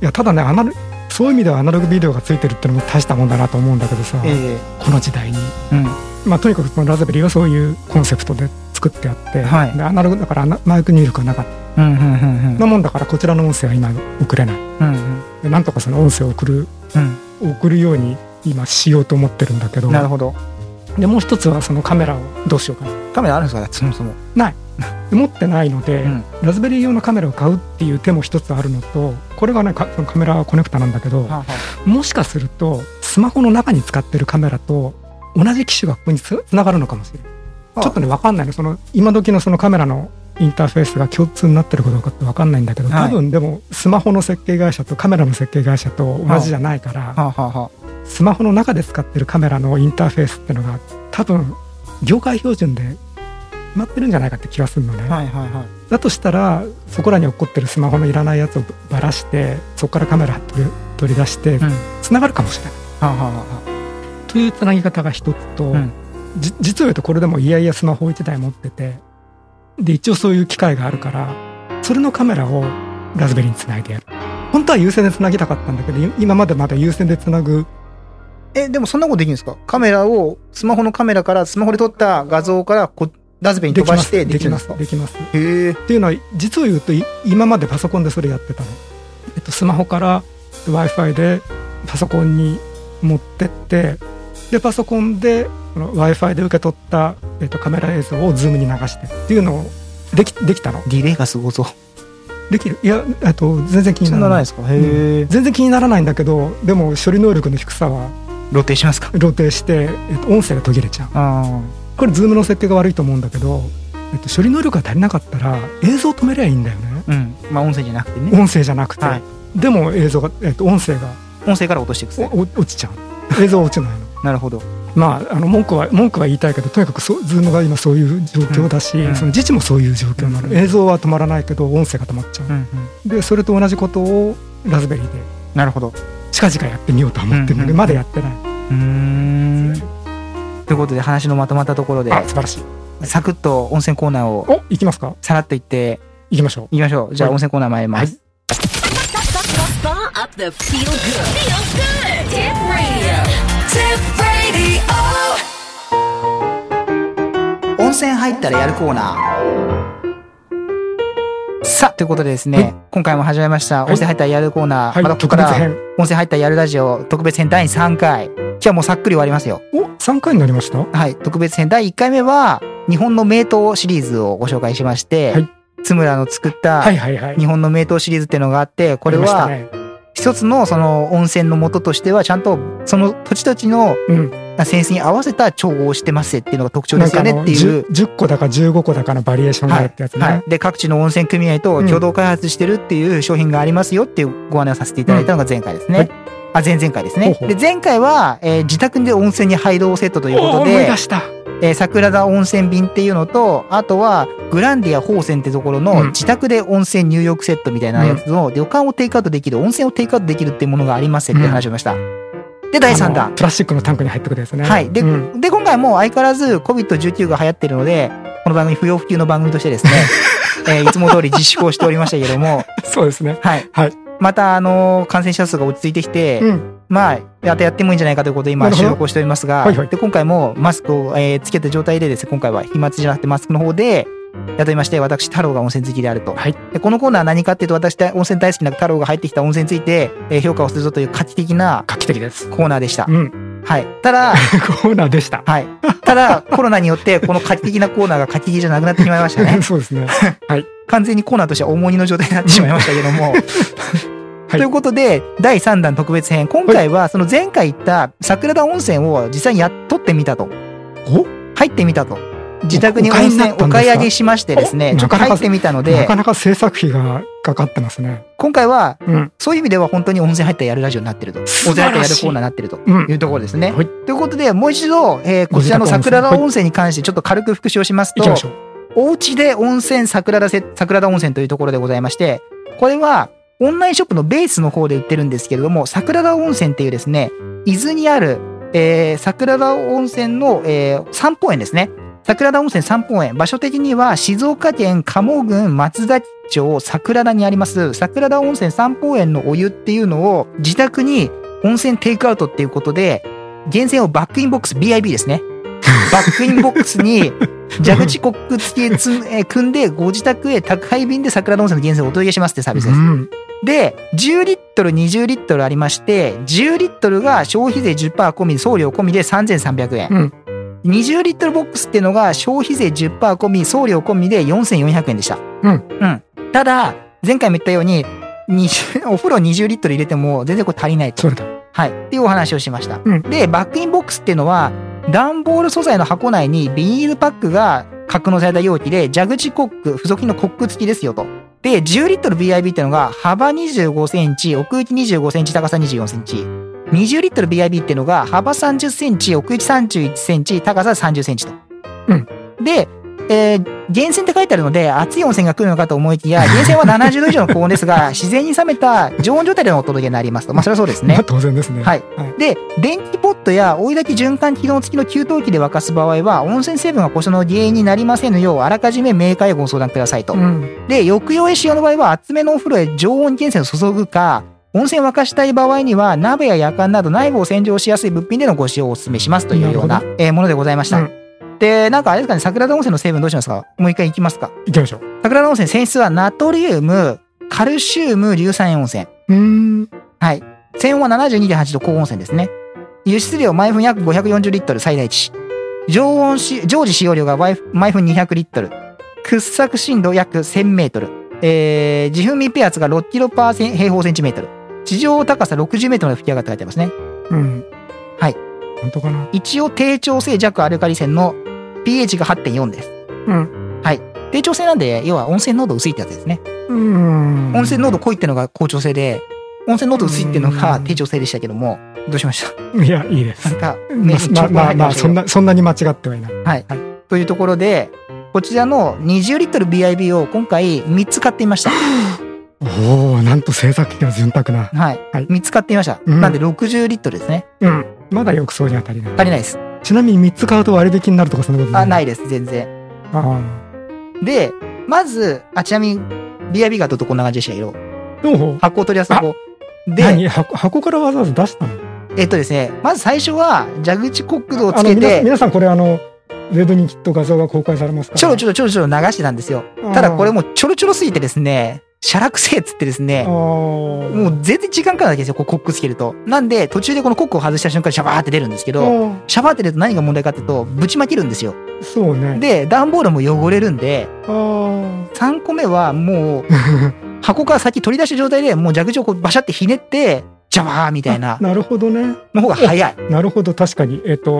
S4: やただねアナログそういう意味ではアナログビデオがついてるってのも大したもんだなと思うんだけどさ、
S3: [LAUGHS] え
S4: この時代に、
S3: えうん。
S4: まあ、とにかくそのラズベリーはそういうコンセプトで作ってあって、
S3: はい
S4: でアナログだからアナマイク入力がなかった
S3: うんうんうんうん
S4: なもんだからこちらの音声は今送れない
S3: うんうん
S4: でなんとかその音声を送る
S3: うん
S4: 送るように今しようと思ってるんだけど
S3: なるほど
S4: でもう一つはそのカメラをどうしようかな
S3: カメラあるんですかそもそも [LAUGHS]
S4: で持ってないので、
S3: うん
S4: ラズベリー用のカメラを買うっていう手も一つあるのとこれがねかそのカメラコネクタなんだけど、
S3: はあは
S4: もしかするとスマホの中に使ってるカメラと同じ機種がここにつつながるのかもしれない
S3: あ
S4: ちょっとね分かんないのその今時のそのカメラのインターフェースが共通になってるかどうかって分かんないんだけど
S3: はい
S4: 多分でもスマホの設計会社とカメラの設計会社と同じじゃないから
S3: あはあはあは
S4: スマホの中で使ってるカメラのインターフェースってのが多分業界標準で決まってるんじゃないかって気がするの
S3: あ
S4: ね
S3: はいはいはい
S4: だとしたらそこらに落っこってるスマホのいらないやつをばらしてそこからカメラ取り取り出して
S3: うんは
S4: つながるかもしれない
S3: あはあは
S4: というつなぎ方が一つと、
S3: うん
S4: じ実を言うとこれでもいやいやスマホ1台持っててで一応そういう機会があるからそれのカメラをラズベリーにつないでやる本当は有線でつなぎたかったんだけどい今までまだ有線でつなぐ
S3: あえでもそんなことできるんですかカメラをスマホのカメラからスマホで撮った画像からこラズベリーに飛ばしてで
S4: で
S3: き
S4: き
S3: るん
S4: ま
S3: です
S4: す
S3: か
S4: できます
S3: へえ
S4: っていうのは実を言うとい今までパソコンでそれやってたの、えっと、スマホから w i f i でパソコンに持ってってでパソコンで w i f i で受け取った、えっと、カメラ映像を Zoom に流してっていうのをできできたの
S3: ディレイがすごそう
S4: できるいやえっと全然気に
S3: そ
S4: なん
S3: な
S4: ら
S3: ないで
S4: ない
S3: すかへえ
S4: 全然気にならないんだけどでも処理能力の低さは
S3: 露呈しますか
S4: 露呈して、えっと、音声が途切れちゃう
S3: あ
S4: これ Zoom の設定が悪いと思うんだけど、えっと、処理能力が足りなかったら映像止めりゃいいんだよね
S3: あうんまあ音声じゃなくてね
S4: 音声じゃなくて、
S3: はい
S4: でも映像が、えっと、音声が
S3: 音声から落としていく
S4: お
S3: ぜ
S4: お落ちちゃう映像は落ちないの [LAUGHS]
S3: なるほど
S4: まああの文句は文句は言いたいけどとにかくそうズームが今そういう状況だし、
S3: うん
S4: その自治もそういう状況なの、
S3: うん
S4: 映像は止まらないけど音声が止まっちゃ
S3: う
S4: う、
S3: んうん
S4: でそれと同じことをラズベリーで
S3: なるほど
S4: 近々やってみようとは思ってるんだけど、
S3: うん
S4: まだやってないう
S3: ーんということで話のまとまったところで
S4: あ素晴らしい
S3: サクッと温泉コーナーを
S4: お行きますか
S3: さらっと言って
S4: 行きましょう
S3: いきましょう。じゃあ
S4: はい
S3: 温泉コーナー参ります。
S2: Spa up the feel good. Feel good. Tip radio. Tip radio.
S3: 温泉入ったらやるコーナー。さあ、ということでですね、
S4: はい
S3: 今回も始まりました、
S4: はい
S3: 温泉入ったらやるコーナー、
S4: はい
S3: またここか
S4: 特別
S3: ら
S4: 編
S3: 温泉入ったらやるラジオ特別編第3回。今日はもうさっくり終わりますよ。
S4: お3回になりました
S3: はい、特別編第1回目は、日本の名刀シリーズをご紹介しまして、
S4: はい
S3: 津村の作った
S4: はいはいはい
S3: 日本の名刀シリーズっていうのがあって、これ
S4: ありました
S3: は
S4: ね
S3: 一つのその温泉の元としては、ちゃんとその土地土地の
S4: うん
S3: センスに合わせた調合をしてますっていうのが特徴ですよね
S4: なんかあの
S3: っていう
S4: 10, 10個だか15個だかのバリエーションがあるってやつね、
S3: はい、で各地の温泉組合と共同開発してるっていう商品がありますよっていうご案内をさせていただいたのが前回ですね。
S4: はい
S3: あ前々回です
S4: ほう
S3: ね
S4: ほ。う
S3: で前回は、えー自宅で温泉に入ろうセットというこ
S4: お
S3: と
S4: 思い
S3: で
S4: 出、した
S3: えー桜田温泉便っていうのとあとはグランディア宝泉ってところ
S4: うん
S3: の自宅で温泉入浴セットみたいなやつの旅館をテイクアウトできる温泉をテイクアウトできるっていうものがありますっていう話をしました。で第3
S4: あの
S3: 弾。
S4: プラスチックのタンクに入ってくるやつね
S3: はいで
S4: うん
S3: で今回も相変わらず COVID-19 が流行ってるのでこの番組不要不急の番組として
S4: [LAUGHS]
S3: ですね、えーいつも通り自粛をしておりましたけれども
S4: そうですね
S3: はい。
S4: はい
S3: また、あのー感染者数が落ち着いてきて、
S4: うん
S3: まあ、やってやってもいいんじゃないかということで今
S4: なるほ
S3: 収
S4: ど
S3: 録をしておりますが、
S4: はいはい
S3: で、今回もマスクを、えーつけた状態でですね、今回は飛沫じゃなくてマスクの方で、雇いまして、私、太郎が温泉好きであると。
S4: はい
S3: でこのコーナーは何かっていうと、私、温泉大好きな太郎が入ってきた温泉について、えー評価をするぞという画期的な
S4: 画期的です
S3: コーナーでした
S4: う。ん
S3: はい。ただ、
S4: コーナーでした
S3: はい。ただ、コロナによって、この画期的なコーナーが画期的じゃなくなってしまいましたね
S4: [LAUGHS] 。そうですね
S3: 完全にコーナーとしては重荷の状態になってしまいましたけども、
S4: はい
S3: [LAUGHS] ということで、第3弾特別編、今回はその前回行った桜田温泉を実際にやっとってみたと。
S4: お
S3: 入ってみたと。自宅に
S4: お
S3: 温
S4: 買いにな
S3: 泉
S4: った
S3: お
S4: んですか
S3: 買い上げしましてですね、
S4: お
S3: ちょっと
S4: なかな
S3: 入
S4: か
S3: ってみたの
S4: な
S3: で
S4: か、なか制作費がかかってますね。
S3: 今回は
S4: うん。
S3: そういう意味では本当に温泉入ったらやるラジオになってると。温
S4: 素
S3: 泉
S4: 晴
S3: 入った
S4: ら
S3: らや
S4: しい
S3: るコーナーになってると
S4: うん
S3: いうところですね。
S4: はい
S3: ということで、もう一度、えーこちらの
S4: ご自宅温泉
S3: 桜田温泉に関してちょっと軽く復習をします
S4: 行
S3: と
S4: き、ましょう。
S3: お家で温泉桜田せ桜田温泉というところでございまして、これはオンラインショップのベースの方で売ってるんですけれども、桜田温泉っていうですね、伊豆にある、えー桜田温泉の、えー三方園ですね。桜田温泉三方園。場所的には静岡県鴨郡松崎町桜田にあります、桜田温泉三方園のお湯っていうのを自宅に温泉テイクアウトっていうことで、源泉をバックインボックス、BIB ですね。バックインボックスに蛇口コック付きつ、えー組んで、ご自宅へ宅配便で桜田温泉の源泉をお届けしますっていうサービス
S4: う
S3: です。
S4: ん。
S3: で、10リットル、20リットルありまして、10リットルが消費税10%込み、送料込みで3300円。
S4: うん
S3: 20リットルボックスっていうのが消費税10%込み、送料込みで4400円でした。
S4: うん
S3: うんただ、前回も言ったように、20お風呂20リットル入れても全然これ足りないと。
S4: それだ。
S3: はい。っていうお話をしました。
S4: うん
S3: で、バックインボックスっていうのは、段ボール素材の箱内にビニールパックが格納された容器で、蛇口コック、付属品のコック付きですよと。で、10リットル BIB っていうのが、幅25センチ、奥行き25センチ、高さ24センチ。20リットル BIB っていうのが、幅30センチ、奥行き31センチ、高さ30センチと。
S4: うん
S3: で、えー、源泉って書いてあるので、熱い温泉が来るのかと思いきや、源泉は70度以上の高温ですが、自然に冷めた常温状態でのお届けになりますと。まあ、それはそうですね
S4: まあ。当然ですね。
S3: はい。で、電気ポットや追い炊き循環機能付きの給湯器で沸かす場合は、温泉成分が故障の原因になりませんのよう、あらかじめメーカーへご相談くださいと。
S4: うん。
S3: で、浴用へ使用の場合は、厚めのお風呂へ常温源泉を注ぐか、温泉を沸かしたい場合には、鍋や夜間など内部を洗浄しやすい物品でのご使用をお勧めしますというような
S4: な
S3: えーものでございました。
S4: うん
S3: で、なんかあれですかね、桜田温泉の成分どうしますかもう一回いきますか。
S4: 行きましょう。
S3: 桜田温泉、泉質はナトリウム、カルシウム、硫酸塩温泉。
S4: うーん。
S3: はい。泉温は72.8度高温泉ですね。輸出量毎分約540リットル最大値。常温し、常時使用量が毎毎分200リットル。掘削深度約1000メートル。えー、自噴密閉圧が6キロパーセン平方センチメートル。地上高さ60メートルまで吹き上がって書いてありますね。
S4: うん。
S3: はい。
S4: 本当かな。
S3: 一応低調性弱アルカリ泉の pH が8.4です。
S4: うん。
S3: 低調性なんで、要は温泉濃度薄いってやつですね。
S4: うん。
S3: 温泉濃度濃いってのが高調性で、温泉濃度薄いってのが低調性でしたけども、どうしました
S4: いや、いいで
S3: な
S4: す。
S3: んか、
S4: ま
S3: 名
S4: あ
S3: 刺
S4: まあ
S3: 直
S4: まあ、まあ、
S3: そ
S4: そ
S3: ん
S4: ん
S3: な。
S4: な、そんなに間違ってはいない。
S3: はい。というところで、こちらの20リットル BIB を今回3つ買ってみま
S4: [LAUGHS]
S3: した。
S4: おお、なんと制作費が潤沢な。
S3: はい。
S4: はい
S3: 3つ買ってみました。
S4: うん
S3: なんで60リットルですね。
S4: うん。まだ浴槽には足りない。
S3: 足りないです。
S4: ちなみに3つ買うと割引になるとかそんなこと。
S3: あ、ないいです。全然。
S4: あ
S3: で、まず、あ、ちなみに BIB がどうとこんな感じでしたけど、
S4: あ。でも、
S3: 発酵取り出す箱。で、
S4: 何箱箱からわざわざ出したの
S3: えっとですね、まず最初は蛇口コックドをつ
S4: あの
S3: け
S4: 皆
S3: て、
S4: 皆さんこれあの、ウェブにきっと画像が公開されますから。
S3: ちょろちょろちょろちょろ流してたんですよ。
S4: うん
S3: ただこれもうちょろちょろすぎてですね、シャラくせえっつってですね、
S4: も
S3: もう全然時間かかるわけですよ、こうコックつけると。なんで、途中でこのコックを外した瞬間にシャバーって出るんですけど、シャバーって出ると何が問題かっていうと、ぶちまけるんですよ。
S4: そうね。
S3: で、段ボールも汚れるんで、
S4: あー
S3: 3個目はもう、箱から先取り出した状態で、もう蛇口をこうバシャってひねって、ジャバーみたいな、
S4: [LAUGHS] なるほどね。
S3: の方が早い。
S4: なるほど、確かに。えっ、と、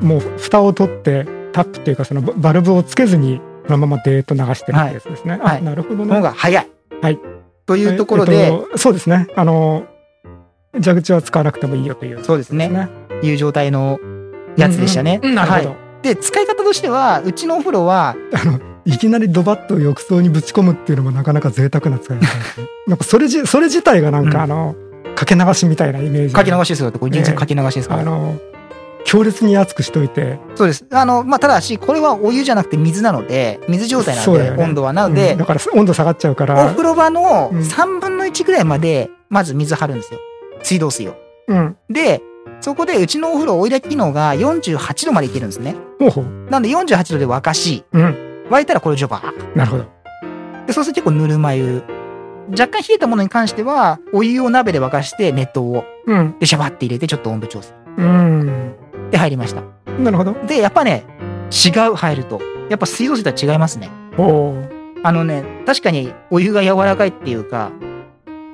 S4: もう蓋を取って、タップっていうかそのババルブをつけずに、そのままデーッと流してるってやつですね。
S3: はい
S4: あなるほど
S3: の方
S4: ね。
S3: が早い。
S4: はい。
S3: と
S4: と
S3: いうところで、
S4: そうですね。あの、蛇口は使わなくてもいいよという。
S3: そうですね。
S4: ね。
S3: いう状態のやつでしたね。
S4: うんうんなるほど。
S3: はい。で、使い方としては、うちのお風呂は、
S4: いきなりドバッと浴槽にぶち込むっていうのもなかなか贅沢な使い方ですね。
S3: [LAUGHS]
S4: なんかそれじそれ自体がなんか
S3: うん
S4: あの、かけ流しみたいなイメージ。
S3: かけ流
S4: し。
S3: しですよって、これ全然かけ流しですから
S4: あ。の、強烈に熱くしといて。
S3: そうです。あの、まあ、ただし、これはお湯じゃなくて水なので、水状態な
S4: そ
S3: の
S4: う
S3: で、
S4: だよね
S3: 温度は。なの
S4: う
S3: で
S4: ん、だから温度下がっちゃうか
S3: お
S4: ら
S3: 風。呂場の
S4: うん
S3: 3分の1ぐらいまで、まず水張るんですよ。水道水を。
S4: うん。
S3: で、そこでうちのお風呂、おいらき機能が48度までいけるんですね。
S4: ほうほう。
S3: なので48度で沸かし、
S4: うん。
S3: 沸いたらこれをジョバー。
S4: なるほど。
S3: で、そうすると結構ぬるま湯。若干冷えたものに関しては、お湯を鍋で沸かして、熱湯を。
S4: うん。
S3: で、シャバって入れて、ちょっと温度調整。
S4: うん。
S3: で、入りました。
S4: なるほど。
S3: で、やっぱね、違う入ると。やっぱ水道水とは違いますね。
S4: おお。
S3: あのね、確かにお湯が柔らかいっていうか、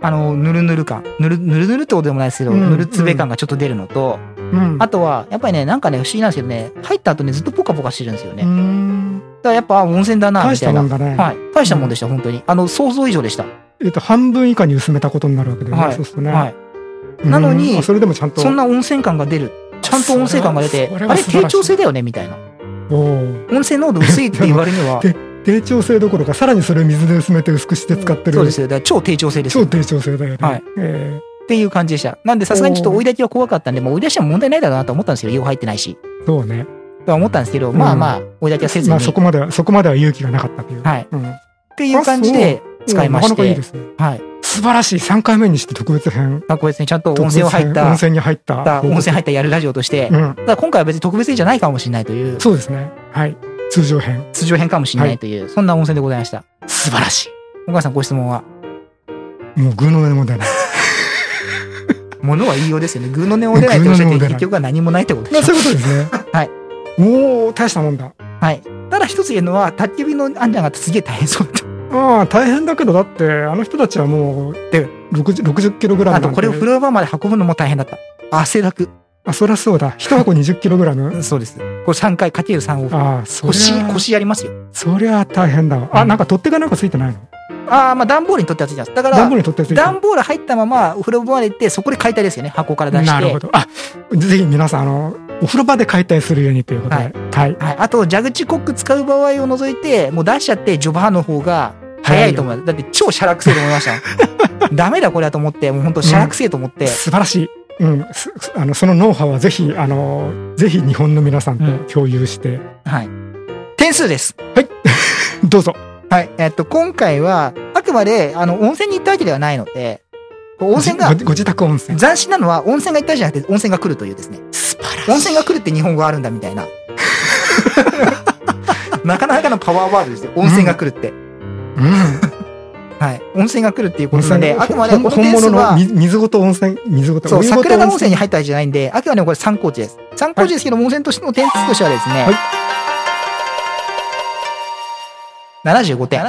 S3: あの、ぬるぬる感、ぬる、ぬるぬるってことでもないですけど、
S4: うん
S3: ぬるつべ感がちょっと出るのと、
S4: うん
S3: あとは、やっぱりね、なんかね、不思議なんですけどね、入った後ね、ずっとポカポカしてるんですよね。
S4: う
S3: だか
S4: ん
S3: らやっぱ、あ温泉だな、
S4: 大
S3: み
S4: した
S3: い
S4: た
S3: な。
S4: もんだね、
S3: はい。大したもんでした、本当に。あの、想像以上でした。
S4: えっと半分以下に薄めたことになるわけだよね、
S3: はい
S4: そうするとね、
S3: はい。
S4: うん
S3: なのに
S4: あそれでもちゃんと
S3: そんな温泉感が出る。ちゃんと温泉感が出て、
S4: それは
S3: あれ、
S4: それ
S3: 低
S4: は素晴らしい
S3: 調性だよね、みたいな。
S4: おー
S3: 温泉濃度薄いって言われるには、
S4: で [LAUGHS] 低調性どころかさらにそれを水で薄めて薄くして使ってる、
S3: そうですよ。だから超低調性ですよ。
S4: 超
S3: っ
S4: 低調性だよね、
S3: はい
S4: え
S3: ていう感じでした。なんで、さすがにちょっと追い出きは怖かったんで、もう追い出しは問題ないだろうなと思ったんですよ。用入ってないし。
S4: ーそうね
S3: とは思ったんですけど、まあまあ、追い出きはせず
S4: ま
S3: に。
S4: あそこまではそこまでは勇気がなかったという、
S3: はい。っ
S4: うん
S3: ていう感じで使いまし
S4: なかなかいいで
S3: て、
S4: すね
S3: はい。
S4: 素晴らしい3回目にして特別編
S3: まあ、これですね、ちゃんと温泉を入っ
S4: 温
S3: た、
S4: 泉に入った
S3: 温泉入ったやるラジオとして、
S4: うん
S3: ただ今回は別に特別編じゃないかもしれないという、
S4: そうですねはい通常編
S3: 通常編かもしれないという、そんな温泉でございました。
S4: 素晴らし
S3: お母さんご質問は、
S4: いもう偶の上の問
S3: [LAUGHS]
S4: 題ない
S3: 物は言いようですよね。偶の音を出ないとおっしゃって、
S4: 偶の音出ない
S3: 結局は何もないってこと
S4: ま
S3: で
S4: あ
S3: し
S4: そう
S3: ょ。
S4: いうことですね
S3: はい
S4: おお大したもんだ
S3: はい。ただ一つ言えるのは、焚き火のあんちゃんがすげえ大変そうだっ
S4: まあ大変だけどだってあの人たちはもう
S3: で
S4: 60 60キログラ
S3: た。
S4: ム
S3: あとこれを風呂場まで運ぶのも大変だった。汗だく。
S4: あそりゃそうだ一箱20キログラム
S3: そうです。これ3回かける3を。
S4: ああそり
S3: 腰
S4: ゃ、
S3: 腰やりますよ。
S4: そりゃ大変だわあなんか取っ手がなんかついてないの
S3: ああ、まあ段ボールに取ってやつじゃないですか。だか
S4: 段ボール
S3: ら、
S4: に取っ手ついてる
S3: 段ボール入ったままお風呂場まで行って、そこで解体ですよね。箱から出して。
S4: なるほどあぜひ皆さんあのお風呂場で解体するようにということで
S3: は
S4: はいい、
S3: はい、あと蛇口コック使う場合を除いてもう出しちゃって序盤の方が早いと思う、だって超シャラくせえと思いましたもん
S4: [LAUGHS]
S3: ダメだこれはと思ってもう本当シャラくせえと思って、
S4: 素晴らしい、うん、すすあのそのノウハウはぜひあのぜひ日本の皆さんと共有して、
S3: はい点数です
S4: どうぞ
S3: はいえっと今回はあくまであの温泉に行ったわけではないので温泉が
S4: ごごご自宅温泉
S3: 斬新なのは温泉が行ったじゃなくて温泉が来るというですね
S4: 素晴らしい
S3: 温泉が来るって日本語あるんだみたいな [LAUGHS] なかなかのパワーワードですよ温泉が来るって、はい温泉が来るっていう
S4: うん、
S3: ことなんで
S4: 温
S3: あ
S4: 泉
S3: くまでこの
S4: 本
S3: 点数
S4: 物
S3: は
S4: の水水ごと温泉水ごと
S3: そう、
S4: お湯ごと
S3: 桜田温
S4: 泉
S3: 泉に入ったわけじゃないんで、あくまでもこれ参考値です。参考値ですけど、温泉としての点数としてはですね、
S4: はい
S3: 75点。75点。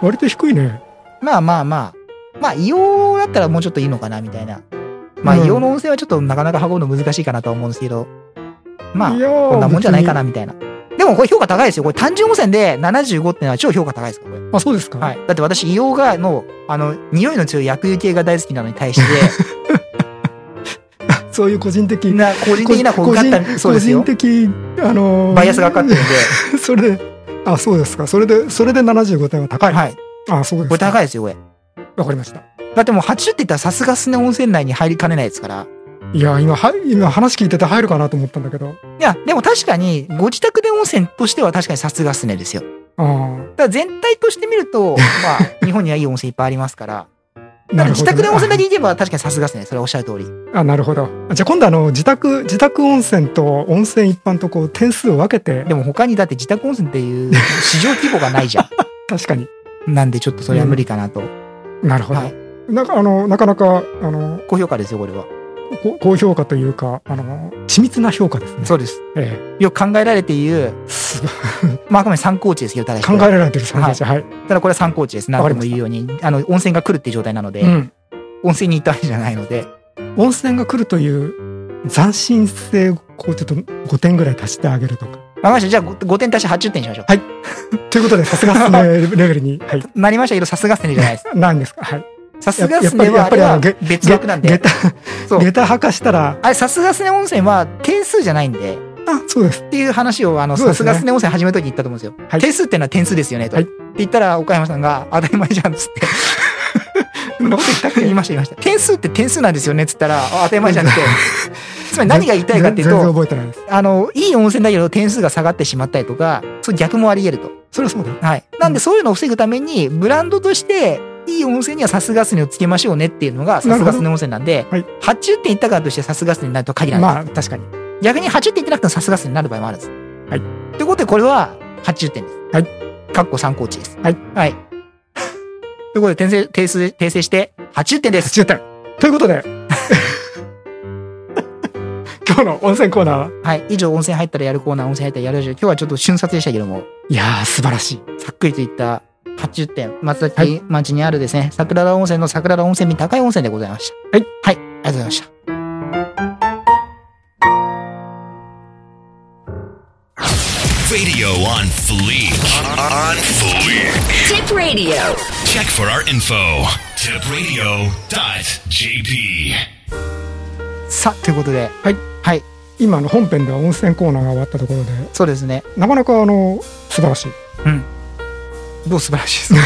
S4: 割と低いね
S3: まあまあまあ、まあ、硫黄だったらもうちょっといいのかな、みたいな。まあ、
S4: うん
S3: 硫黄の温泉はちょっとなかなか運ぶの難しいかなとは思うんですけど、まあ
S4: い、やー
S3: こんなもんじゃないかな、みたいな。でもこれ評価高いですよ。これ単純温泉で75ってのは超評価高いですからこれ。
S4: 別にあそうですか、
S3: はい。だって私、硫黄が、の、あの、匂いの強い薬油系が大好きなのに対して、
S4: [LAUGHS] そういう個人的
S3: みんな個人的なこう受かったそうですよ
S4: 個人的あのー
S3: バイアスがかかってるんで、
S4: [LAUGHS] それであそうですかそれでそれで75点は高い、
S3: はい、
S4: あそうです
S3: これ
S4: か
S3: 高いですよこれ
S4: わかりました
S3: だってもう80って言ったらさすがすね温泉内に入りかねないですから
S4: いや今は今話聞いてて入るかなと思ったんだけど
S3: いやでも確かにご自宅で温泉としては確かにさすがすねですよ
S4: ああ
S3: ただ全体として見る
S4: [LAUGHS]
S3: とまあ日本にはいい温泉いっぱいありますからた
S4: な
S3: だ
S4: るほ
S3: 自
S4: ど
S3: 宅で温泉だけ行けば確かにさすがすねそれはおっしゃる通り
S4: あなるほどじゃあ今度あの自宅自宅温泉と温泉一般とこう点数を分けて
S3: でも他にだって自宅温泉っていう市場規模がないじゃ
S4: 確かに [LAUGHS]
S3: んなんでちょっとそれは無理かなと、
S4: なるほど、
S3: はい
S4: なんかあのなかなかあの
S3: 高評価ですよこれは
S4: こ高評価というかあの緻密な評価ですね
S3: そうです
S4: え
S3: よく考えられている
S4: えす
S3: まああくまで参考値ですよただし
S4: 考えられてる参加者はい、
S3: ただこれは参考値です何
S4: わか
S3: 度
S4: り
S3: も
S4: ま
S3: 言う
S4: し
S3: ようにあの温泉が来るっていう状態なので、
S4: うん、
S3: 温泉に行ったわけじゃないので、
S4: 温泉が来るという斬新性をこうちょっと5点ぐらい足してあげるとか。
S3: わかりました。じゃあ 5, 点足して80点にしましょう。
S4: ということで、さすがっすねレベルに。はい。
S3: なりましたけど、さすがっすねじゃないです。
S4: 何ですかはい。
S3: さすがっすね
S4: やや
S3: は
S4: っ
S3: あ
S4: ぱ
S3: れ
S4: りや
S3: は
S4: っぱりあのげ
S3: 別枠なん
S4: 下
S3: で。
S4: 駄、
S3: そう
S4: 下駄履かしたら、
S3: あれ、さすがっすね温泉は点数じゃないんで、
S4: あ、そうです。
S3: っていう話を、あの、
S4: そう
S3: さ
S4: ですすね
S3: がっすね温泉始めるときに言ったと思うんですよ。
S4: はい
S3: 点数ってのは点数ですよね、と。
S4: はい
S3: って言ったら、岡山さん
S4: [LAUGHS]
S3: が、当たり前じゃん、つって。
S4: そんなこと言ったっ
S3: 言いました、言いました。点数って点数なんですよね、つったら、あ当たり前じゃん、って。つまり何が言いたいかっていう
S4: 全然
S3: と、
S4: 覚えてないです。
S3: あの、いい温泉だけど点数が下がってしまったりとか、そう逆もあり得ると。
S4: それはそうだよ。
S3: はい。なん
S4: う
S3: で、
S4: ん
S3: そういうのを防ぐために、ブランドとして、いい温泉にはさすがすねをつけましょうねっていうのが、さ
S4: な
S3: す
S4: るほど
S3: がすね温泉なんで、
S4: はい
S3: 80点いったからとしてさすがすねになるとは限らない。
S4: まあ、確かに。
S3: 逆に80点いってなくてもさすがすねになる場合もあるんです。。
S4: はい
S3: ということで、これは80点です。。
S4: はい
S3: かっこ参考値です。
S4: はい。
S3: はい。 [LAUGHS] ということで、訂正、訂正、訂正して、80点です。
S4: 10点。ということで、今日の温泉コーナーは、
S3: はい。以上、温泉入ったらやるコーナー、温泉入ったらやるラジオ今日はちょっと瞬殺でしたけども、
S4: いやー、素晴らしい。
S3: さっくりといった、 80点、松崎町にあるですね、桜田温泉の桜田温泉に高い温泉でございました。
S4: はい。
S3: はい、ありがとうございました。
S1: Radio on fleek. On, on fleek.
S2: Tip Radio.
S1: Check for our info. Tipradio.jp.
S3: さあ、ということで、
S4: はい。
S3: はい、
S4: 今の本編では温泉コーナーが終わったところで
S3: そうですね。
S4: なかなかあの素晴らしい
S3: うん。どう素晴らしい [LAUGHS]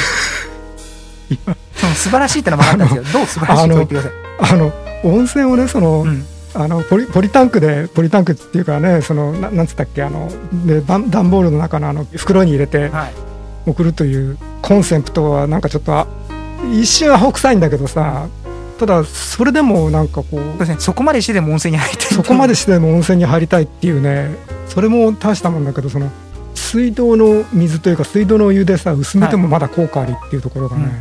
S3: ですかその素晴らしいってのは分かったんですけど、どう素晴らしいと言ってください。
S4: あの温泉をねその、
S3: うん。
S4: あのポリポリタンクでポリタンクっていうかねそのななんつったっけあので段段ボールの中のあの袋に入れて
S3: はい。
S4: 送るというコンセプトはなんかちょっとあ一瞬アホ臭いんだけどさただそれでもなんかこ
S3: そうで
S4: う
S3: すね、そこまでしてでも温泉に入って
S4: そこまで
S3: し
S4: しても温泉に入りたいっていうねそれも大したもんだけどその水道の水というか水道のお湯でさ薄めてもまだ効果ありっていうところがね、
S3: はい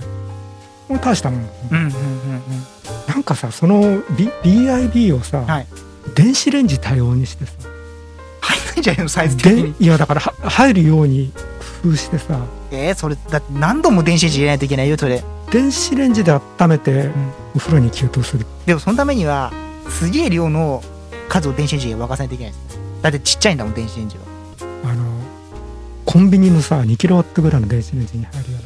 S4: もう大したもん
S3: うんうんうん
S4: なんかさその、B、BIB を
S3: う
S4: さ、
S3: ん。はい。
S4: 電子レンジ対応にしてさ
S3: 入んないんじゃないの、サイズ的
S4: で
S3: に。
S4: いやだからは入るように工夫してさ
S3: えー、それ、だって何度も電子レンジ入れないといけないよ、それ。
S4: 電子レンジで温めてお風呂に給湯する、
S3: でもそのためにはすげえ量の数を電子レンジに沸かさないといけないですだってちっちゃいんだもん電子レンジは
S4: あのコンビニのさ2キロワットぐらいの電子レンジに入るよ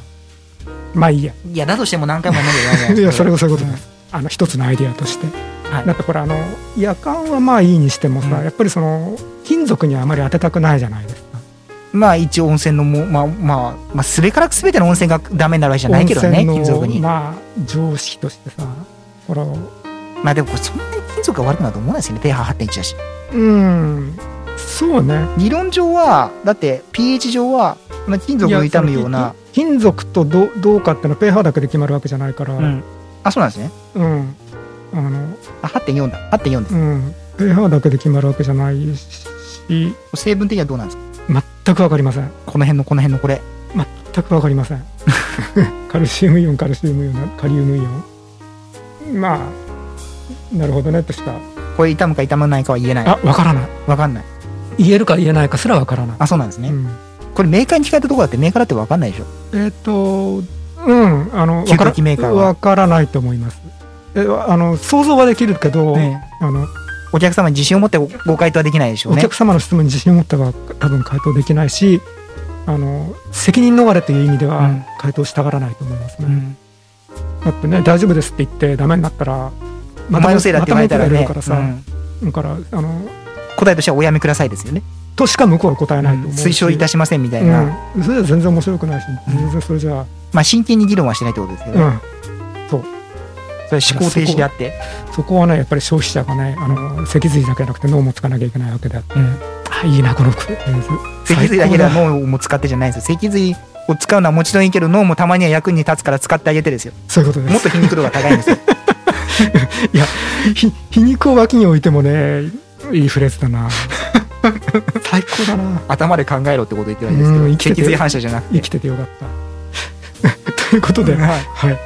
S4: うなまあいいや
S3: いやだとしても何回も飲んでるわけ
S4: [LAUGHS] いやそれこそそういうこと
S3: で
S4: です、あの一つのアイディアとして、
S3: はい
S4: だってこれあの夜間はまあいいにしてもさ、
S3: うん
S4: やっぱりその金属にはあまり当てたくないじゃないですか
S3: まあ一応温泉のもまあまあ、まあ、すべからくすべての温泉がダメになるわけじゃないけどね
S4: 温
S3: 金
S4: 泉の
S3: 属にま
S4: まあ常識としてさこれ
S3: あでもこれそんなに金属が悪くなると思わないですよね pH8.1 だし
S4: うんそうね
S3: 理論上はだって pH 上はまあ金属を傷むよう
S4: い
S3: な
S4: やその金金属とどどうかっていうのは pH だけで決まるわけじゃないから、う
S3: うんんあそうなんですね
S4: あの
S3: あ8.4だ8.4です
S4: うん、pH だけで決まるわけじゃないし
S3: 成分的にはどうなんですか
S4: 全くわかりません
S3: この辺のこの辺のこれ
S4: 全くわかりま [LAUGHS] せんカルシウムイオンカルシウムイオンなカリウムイオンまあなるほどねとしか
S3: これ傷むか傷まないかは言えない
S4: あわからない
S3: わかんない
S4: 言えるか言えないかすらわからない、
S3: あそうなんです
S4: う
S3: ね、
S4: ん、
S3: これメーカーに聞かれたところだってメーカーだって分かんないでしょ
S4: えっ、とうんあのわから
S3: 吸血鬼メーカーは
S4: わからないと思いますえあの想像はできるけど、
S3: ね
S4: あの
S3: お客様に自信を持ってごご回答はできないでしょう
S4: お
S3: ね
S4: 客様の質問に自信を持っては多分回答できないしあの責任逃れという意味で
S3: う
S4: は
S3: ん
S4: 回答したがらないと思いますね、
S3: うん
S4: だってね大丈夫ですって言ってダメになったら
S3: お前のせいだって言われたら
S4: ま
S3: ね、
S4: 文句が出るから
S3: う
S4: さ、
S3: ん
S4: だからあの
S3: 答えとしてはおやめくださいですよね、
S4: としか向こうは答えないと思うし、
S3: 推奨いたしませんみたいな、
S4: うん、それじゃ全然面白くないし全然それじゃあ、
S3: まあ真剣に議論はしてないってことですけど、
S4: うん、
S3: それ思考停止であって
S4: そこはねやっぱり消費者がねあの脊髄だけじゃなくて脳もつかなきゃいけないわけであって、あいいなこのフレーズ
S3: 脊髄だけでは
S4: 最高
S3: 脳も使ってじゃないんですよ脊髄を使うのはもちろんいいけど脳もたまには役に立つから使ってあげてですよ
S4: そういうことです
S3: もっと皮肉度が高いん [LAUGHS] ですよ
S4: いやひ皮肉を脇に置いてもねいいフレーズ
S3: [LAUGHS]
S4: だな最高だな
S3: 頭で考えろってこと言ってるんですけど、
S4: うん生きてて
S3: 脊髄反射じゃなく
S4: 生
S3: て
S4: きててよかった [LAUGHS] ということで、
S3: うんはい
S4: はい、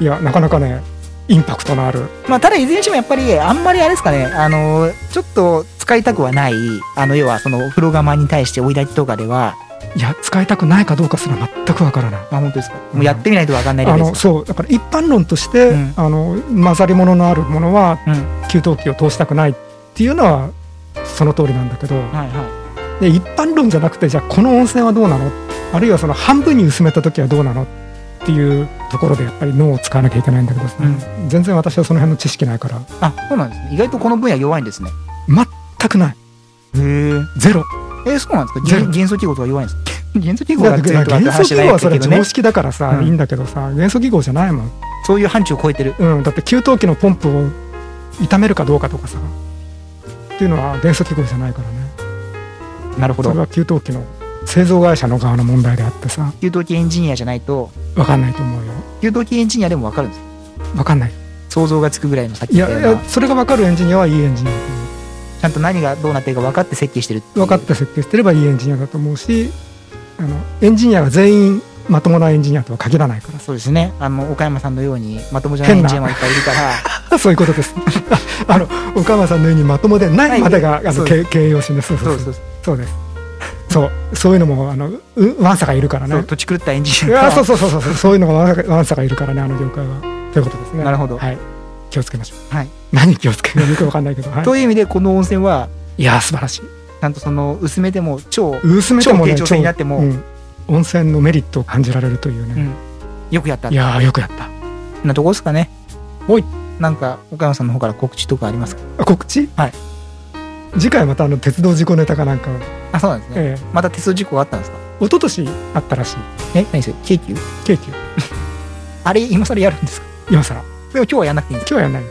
S4: いやなかなかねインパクトのある
S3: まあ、ただいずれにしてもやっぱりあんまりあれですかねあのちょっと使いたくはないあの要はその風呂釜に対して追い焚きとかではい
S4: や使いたくないかどうかすら全くわからない
S3: あ本当ですかもうやってみないとわかんないレ
S4: あ
S3: ベルで
S4: の
S3: す
S4: そうだから一般論として、
S3: うん
S4: あの混ざり物のあるものは
S3: うん
S4: 給湯器を通したくないっていうのはその通りなんだけど、
S3: はいは
S4: で一般論じゃなくてじゃあこの温泉はどうなのあるいはその半分に薄めた時はどうなのっていうところでやっぱり脳を使わなきゃいけないんだけどさ、
S3: う
S4: 全然私はその辺の知識ないから
S3: いあそうなんですね意外とこの分野弱いんですね
S4: 全くない
S3: へえ
S4: ゼロ
S3: えそうなんですか
S4: ゼロ
S3: 元元素記号とか弱 [LAUGHS] いんですか元素記号
S4: だ
S3: が
S4: って
S3: 強いとかって
S4: 元素
S3: 話じ
S4: 記
S3: ゃない
S4: 号
S3: で
S4: は
S3: す
S4: それ
S3: けど
S4: 常
S3: ね
S4: 識だからさ、
S3: うん
S4: いいんだけどさ元素記号じゃないもん、
S3: そういう範疇を超えてる
S4: うん、だって給湯器のポンプを痛めるかどうかとかさっていうのは元素記号じゃないからね
S3: なるほ
S4: それ
S3: ど
S4: は給湯器の製造会社の側の問題であってさ
S3: 給湯器エンジニアじゃないと
S4: 分かんないと思うよ
S3: 給湯器エンジニアでもわかるんです
S4: 分かんない
S3: 想像がつくぐらいのさっき
S4: い
S3: 言っ
S4: や
S3: たよ
S4: いう
S3: な
S4: やそれが分かるエンジニアはいいエンジニアだと思う
S3: ちゃんと何がどうなってるか分かって設計してる
S4: 分かって設計してればいいエンジニアだと思うしあのエンジニアが全員まともなエンジニアとは限らないから
S3: そうですねあの岡山さんのようにまともじゃないエンジニアもいっぱいいるから
S4: さそういうことですあの岡山さんのようにまともでないまでが、
S3: はい
S4: あの
S3: そう
S4: [LAUGHS] 経経営を示すそう
S3: そうそう
S4: そ
S3: う
S4: そうですそうそういうのもあのうワンサがいるから
S3: そ
S4: ね
S3: う土地狂ったエンジ
S4: い [LAUGHS]
S3: ニア
S4: や
S3: が
S4: そうそう
S3: [LAUGHS]
S4: そうそうそういうのがワンサワンサがいるからねあの業界はということですね
S3: なるほど
S4: はい気をつけましょう
S3: はい、
S4: 何気をつけるのか分かんないけど、はい
S3: という意味でこの温泉はい
S4: や素晴らしい
S3: ちゃんとその薄めても超
S4: 薄めてもね
S3: 超低調性になっても
S4: 超うん温泉のメリットを感じられるというね、
S3: よくやった
S4: いやーよくやった
S3: なとこですかね
S4: おい
S3: なんか岡山さんの方から告知とかありますか
S4: あ告知、
S3: はい
S4: 次回またあの鉄道事故ネタかなんかを、
S3: あそうなんですね、
S4: ええ
S3: また鉄道事故があったんですか
S4: 一昨年あったらしい
S3: え何それ京急
S4: ケーキを
S3: あれ今更やるんですか
S4: 今更今
S3: でも今日はやんなくていいんです
S4: 日はやんない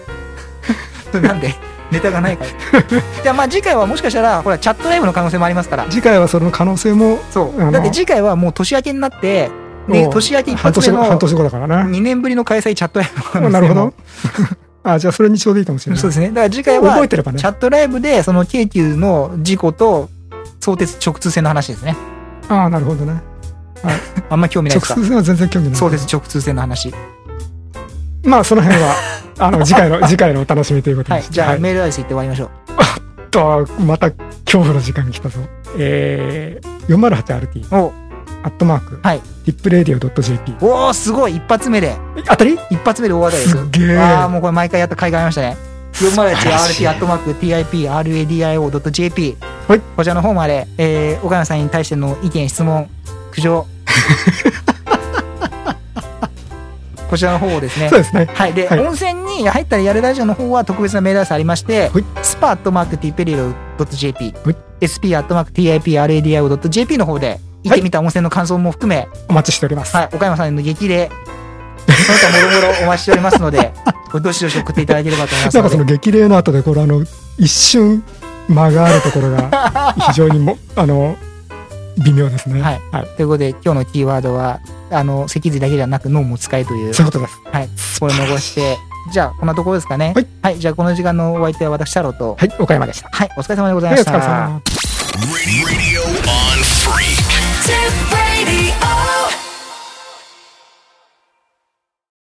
S3: かなんでネタがないから [LAUGHS] じゃあまあ次回はもしかしたらほらチャットライブの可能性もありますから
S4: 次回はその可能性も
S3: そう
S4: あの
S3: だって次回はもう年明けになって、ね、
S4: おう
S3: 年明け一
S4: 半
S3: 発
S4: 年
S3: 目
S4: 後
S3: の
S4: 半年後だからね
S3: 2年ぶりの開催チャットライブの可能性も
S4: なるほど [LAUGHS] あじゃあそれにちょうどいいかもしれない
S3: そうですねだから次回は
S4: 覚えてればね
S3: チャットライブでその京急の事故と相鉄直通線の話ですね
S4: ああなるほどね
S3: あんま興味ない
S4: 直
S3: ですか
S4: 接は全然興味ない
S3: 相鉄直通線の話
S4: まあその辺
S3: [LAUGHS]
S4: はあの次回の次回のお楽しみということ
S3: は
S4: で
S3: い
S4: す、
S3: じゃあ、
S4: はい
S3: メールアドレス言って終わりましょう
S4: とまた恐怖の時間が来たぞえー、408RT
S3: お
S4: アットマーク
S3: はい
S4: リップレディオ .jp
S3: おーすごい一発目で
S4: 当たり
S3: 一発目で大当たりです
S4: すっげえ
S3: ああもうこれ毎回やった甲斐がありましたね
S4: 素晴
S3: 401RT
S4: ら
S3: アットマーク TIPRADIO.jp
S4: はい
S3: こちらの方まで、えー、岡山さんに対しての意見質問苦
S4: [LAUGHS]
S3: 情こちらの方をですね
S4: そうですね
S3: はい、で、
S4: はい
S3: 温泉に入ったらやるラジオの方は特別なメールアドレスありまして、
S4: はい
S3: スパアットマーク tperio.jp、
S4: い
S3: sp アットマーク tipradio.jp の方で行ってみた温泉の感想も含め、
S4: お待ちしております、
S3: はい、岡山さんへの激励、その他もろもろお待ちしておりますの
S4: [LAUGHS]
S3: で、これどしどし送っていただければと思います
S4: なん
S3: の
S4: かその
S3: で、
S4: 激励の後でこれあの一瞬間があるとこ
S3: [LAUGHS]
S4: ろが非常にもあの微妙ですね
S3: はいということで、今日のキーワードは、あの、脊髄だけではなく脳も使えという、
S4: そういうことです
S3: はい、これ残して、じゃあ、こんなところですかね。
S4: はい、
S3: じゃあ、この時間のお相手は私、太郎と、
S4: はい岡山でした
S3: はい、お疲れ様でござい
S4: は
S3: ま
S4: いお
S3: し
S4: 疲
S3: た。
S4: れ様
S1: Radio on Freak.
S2: Tip Radio.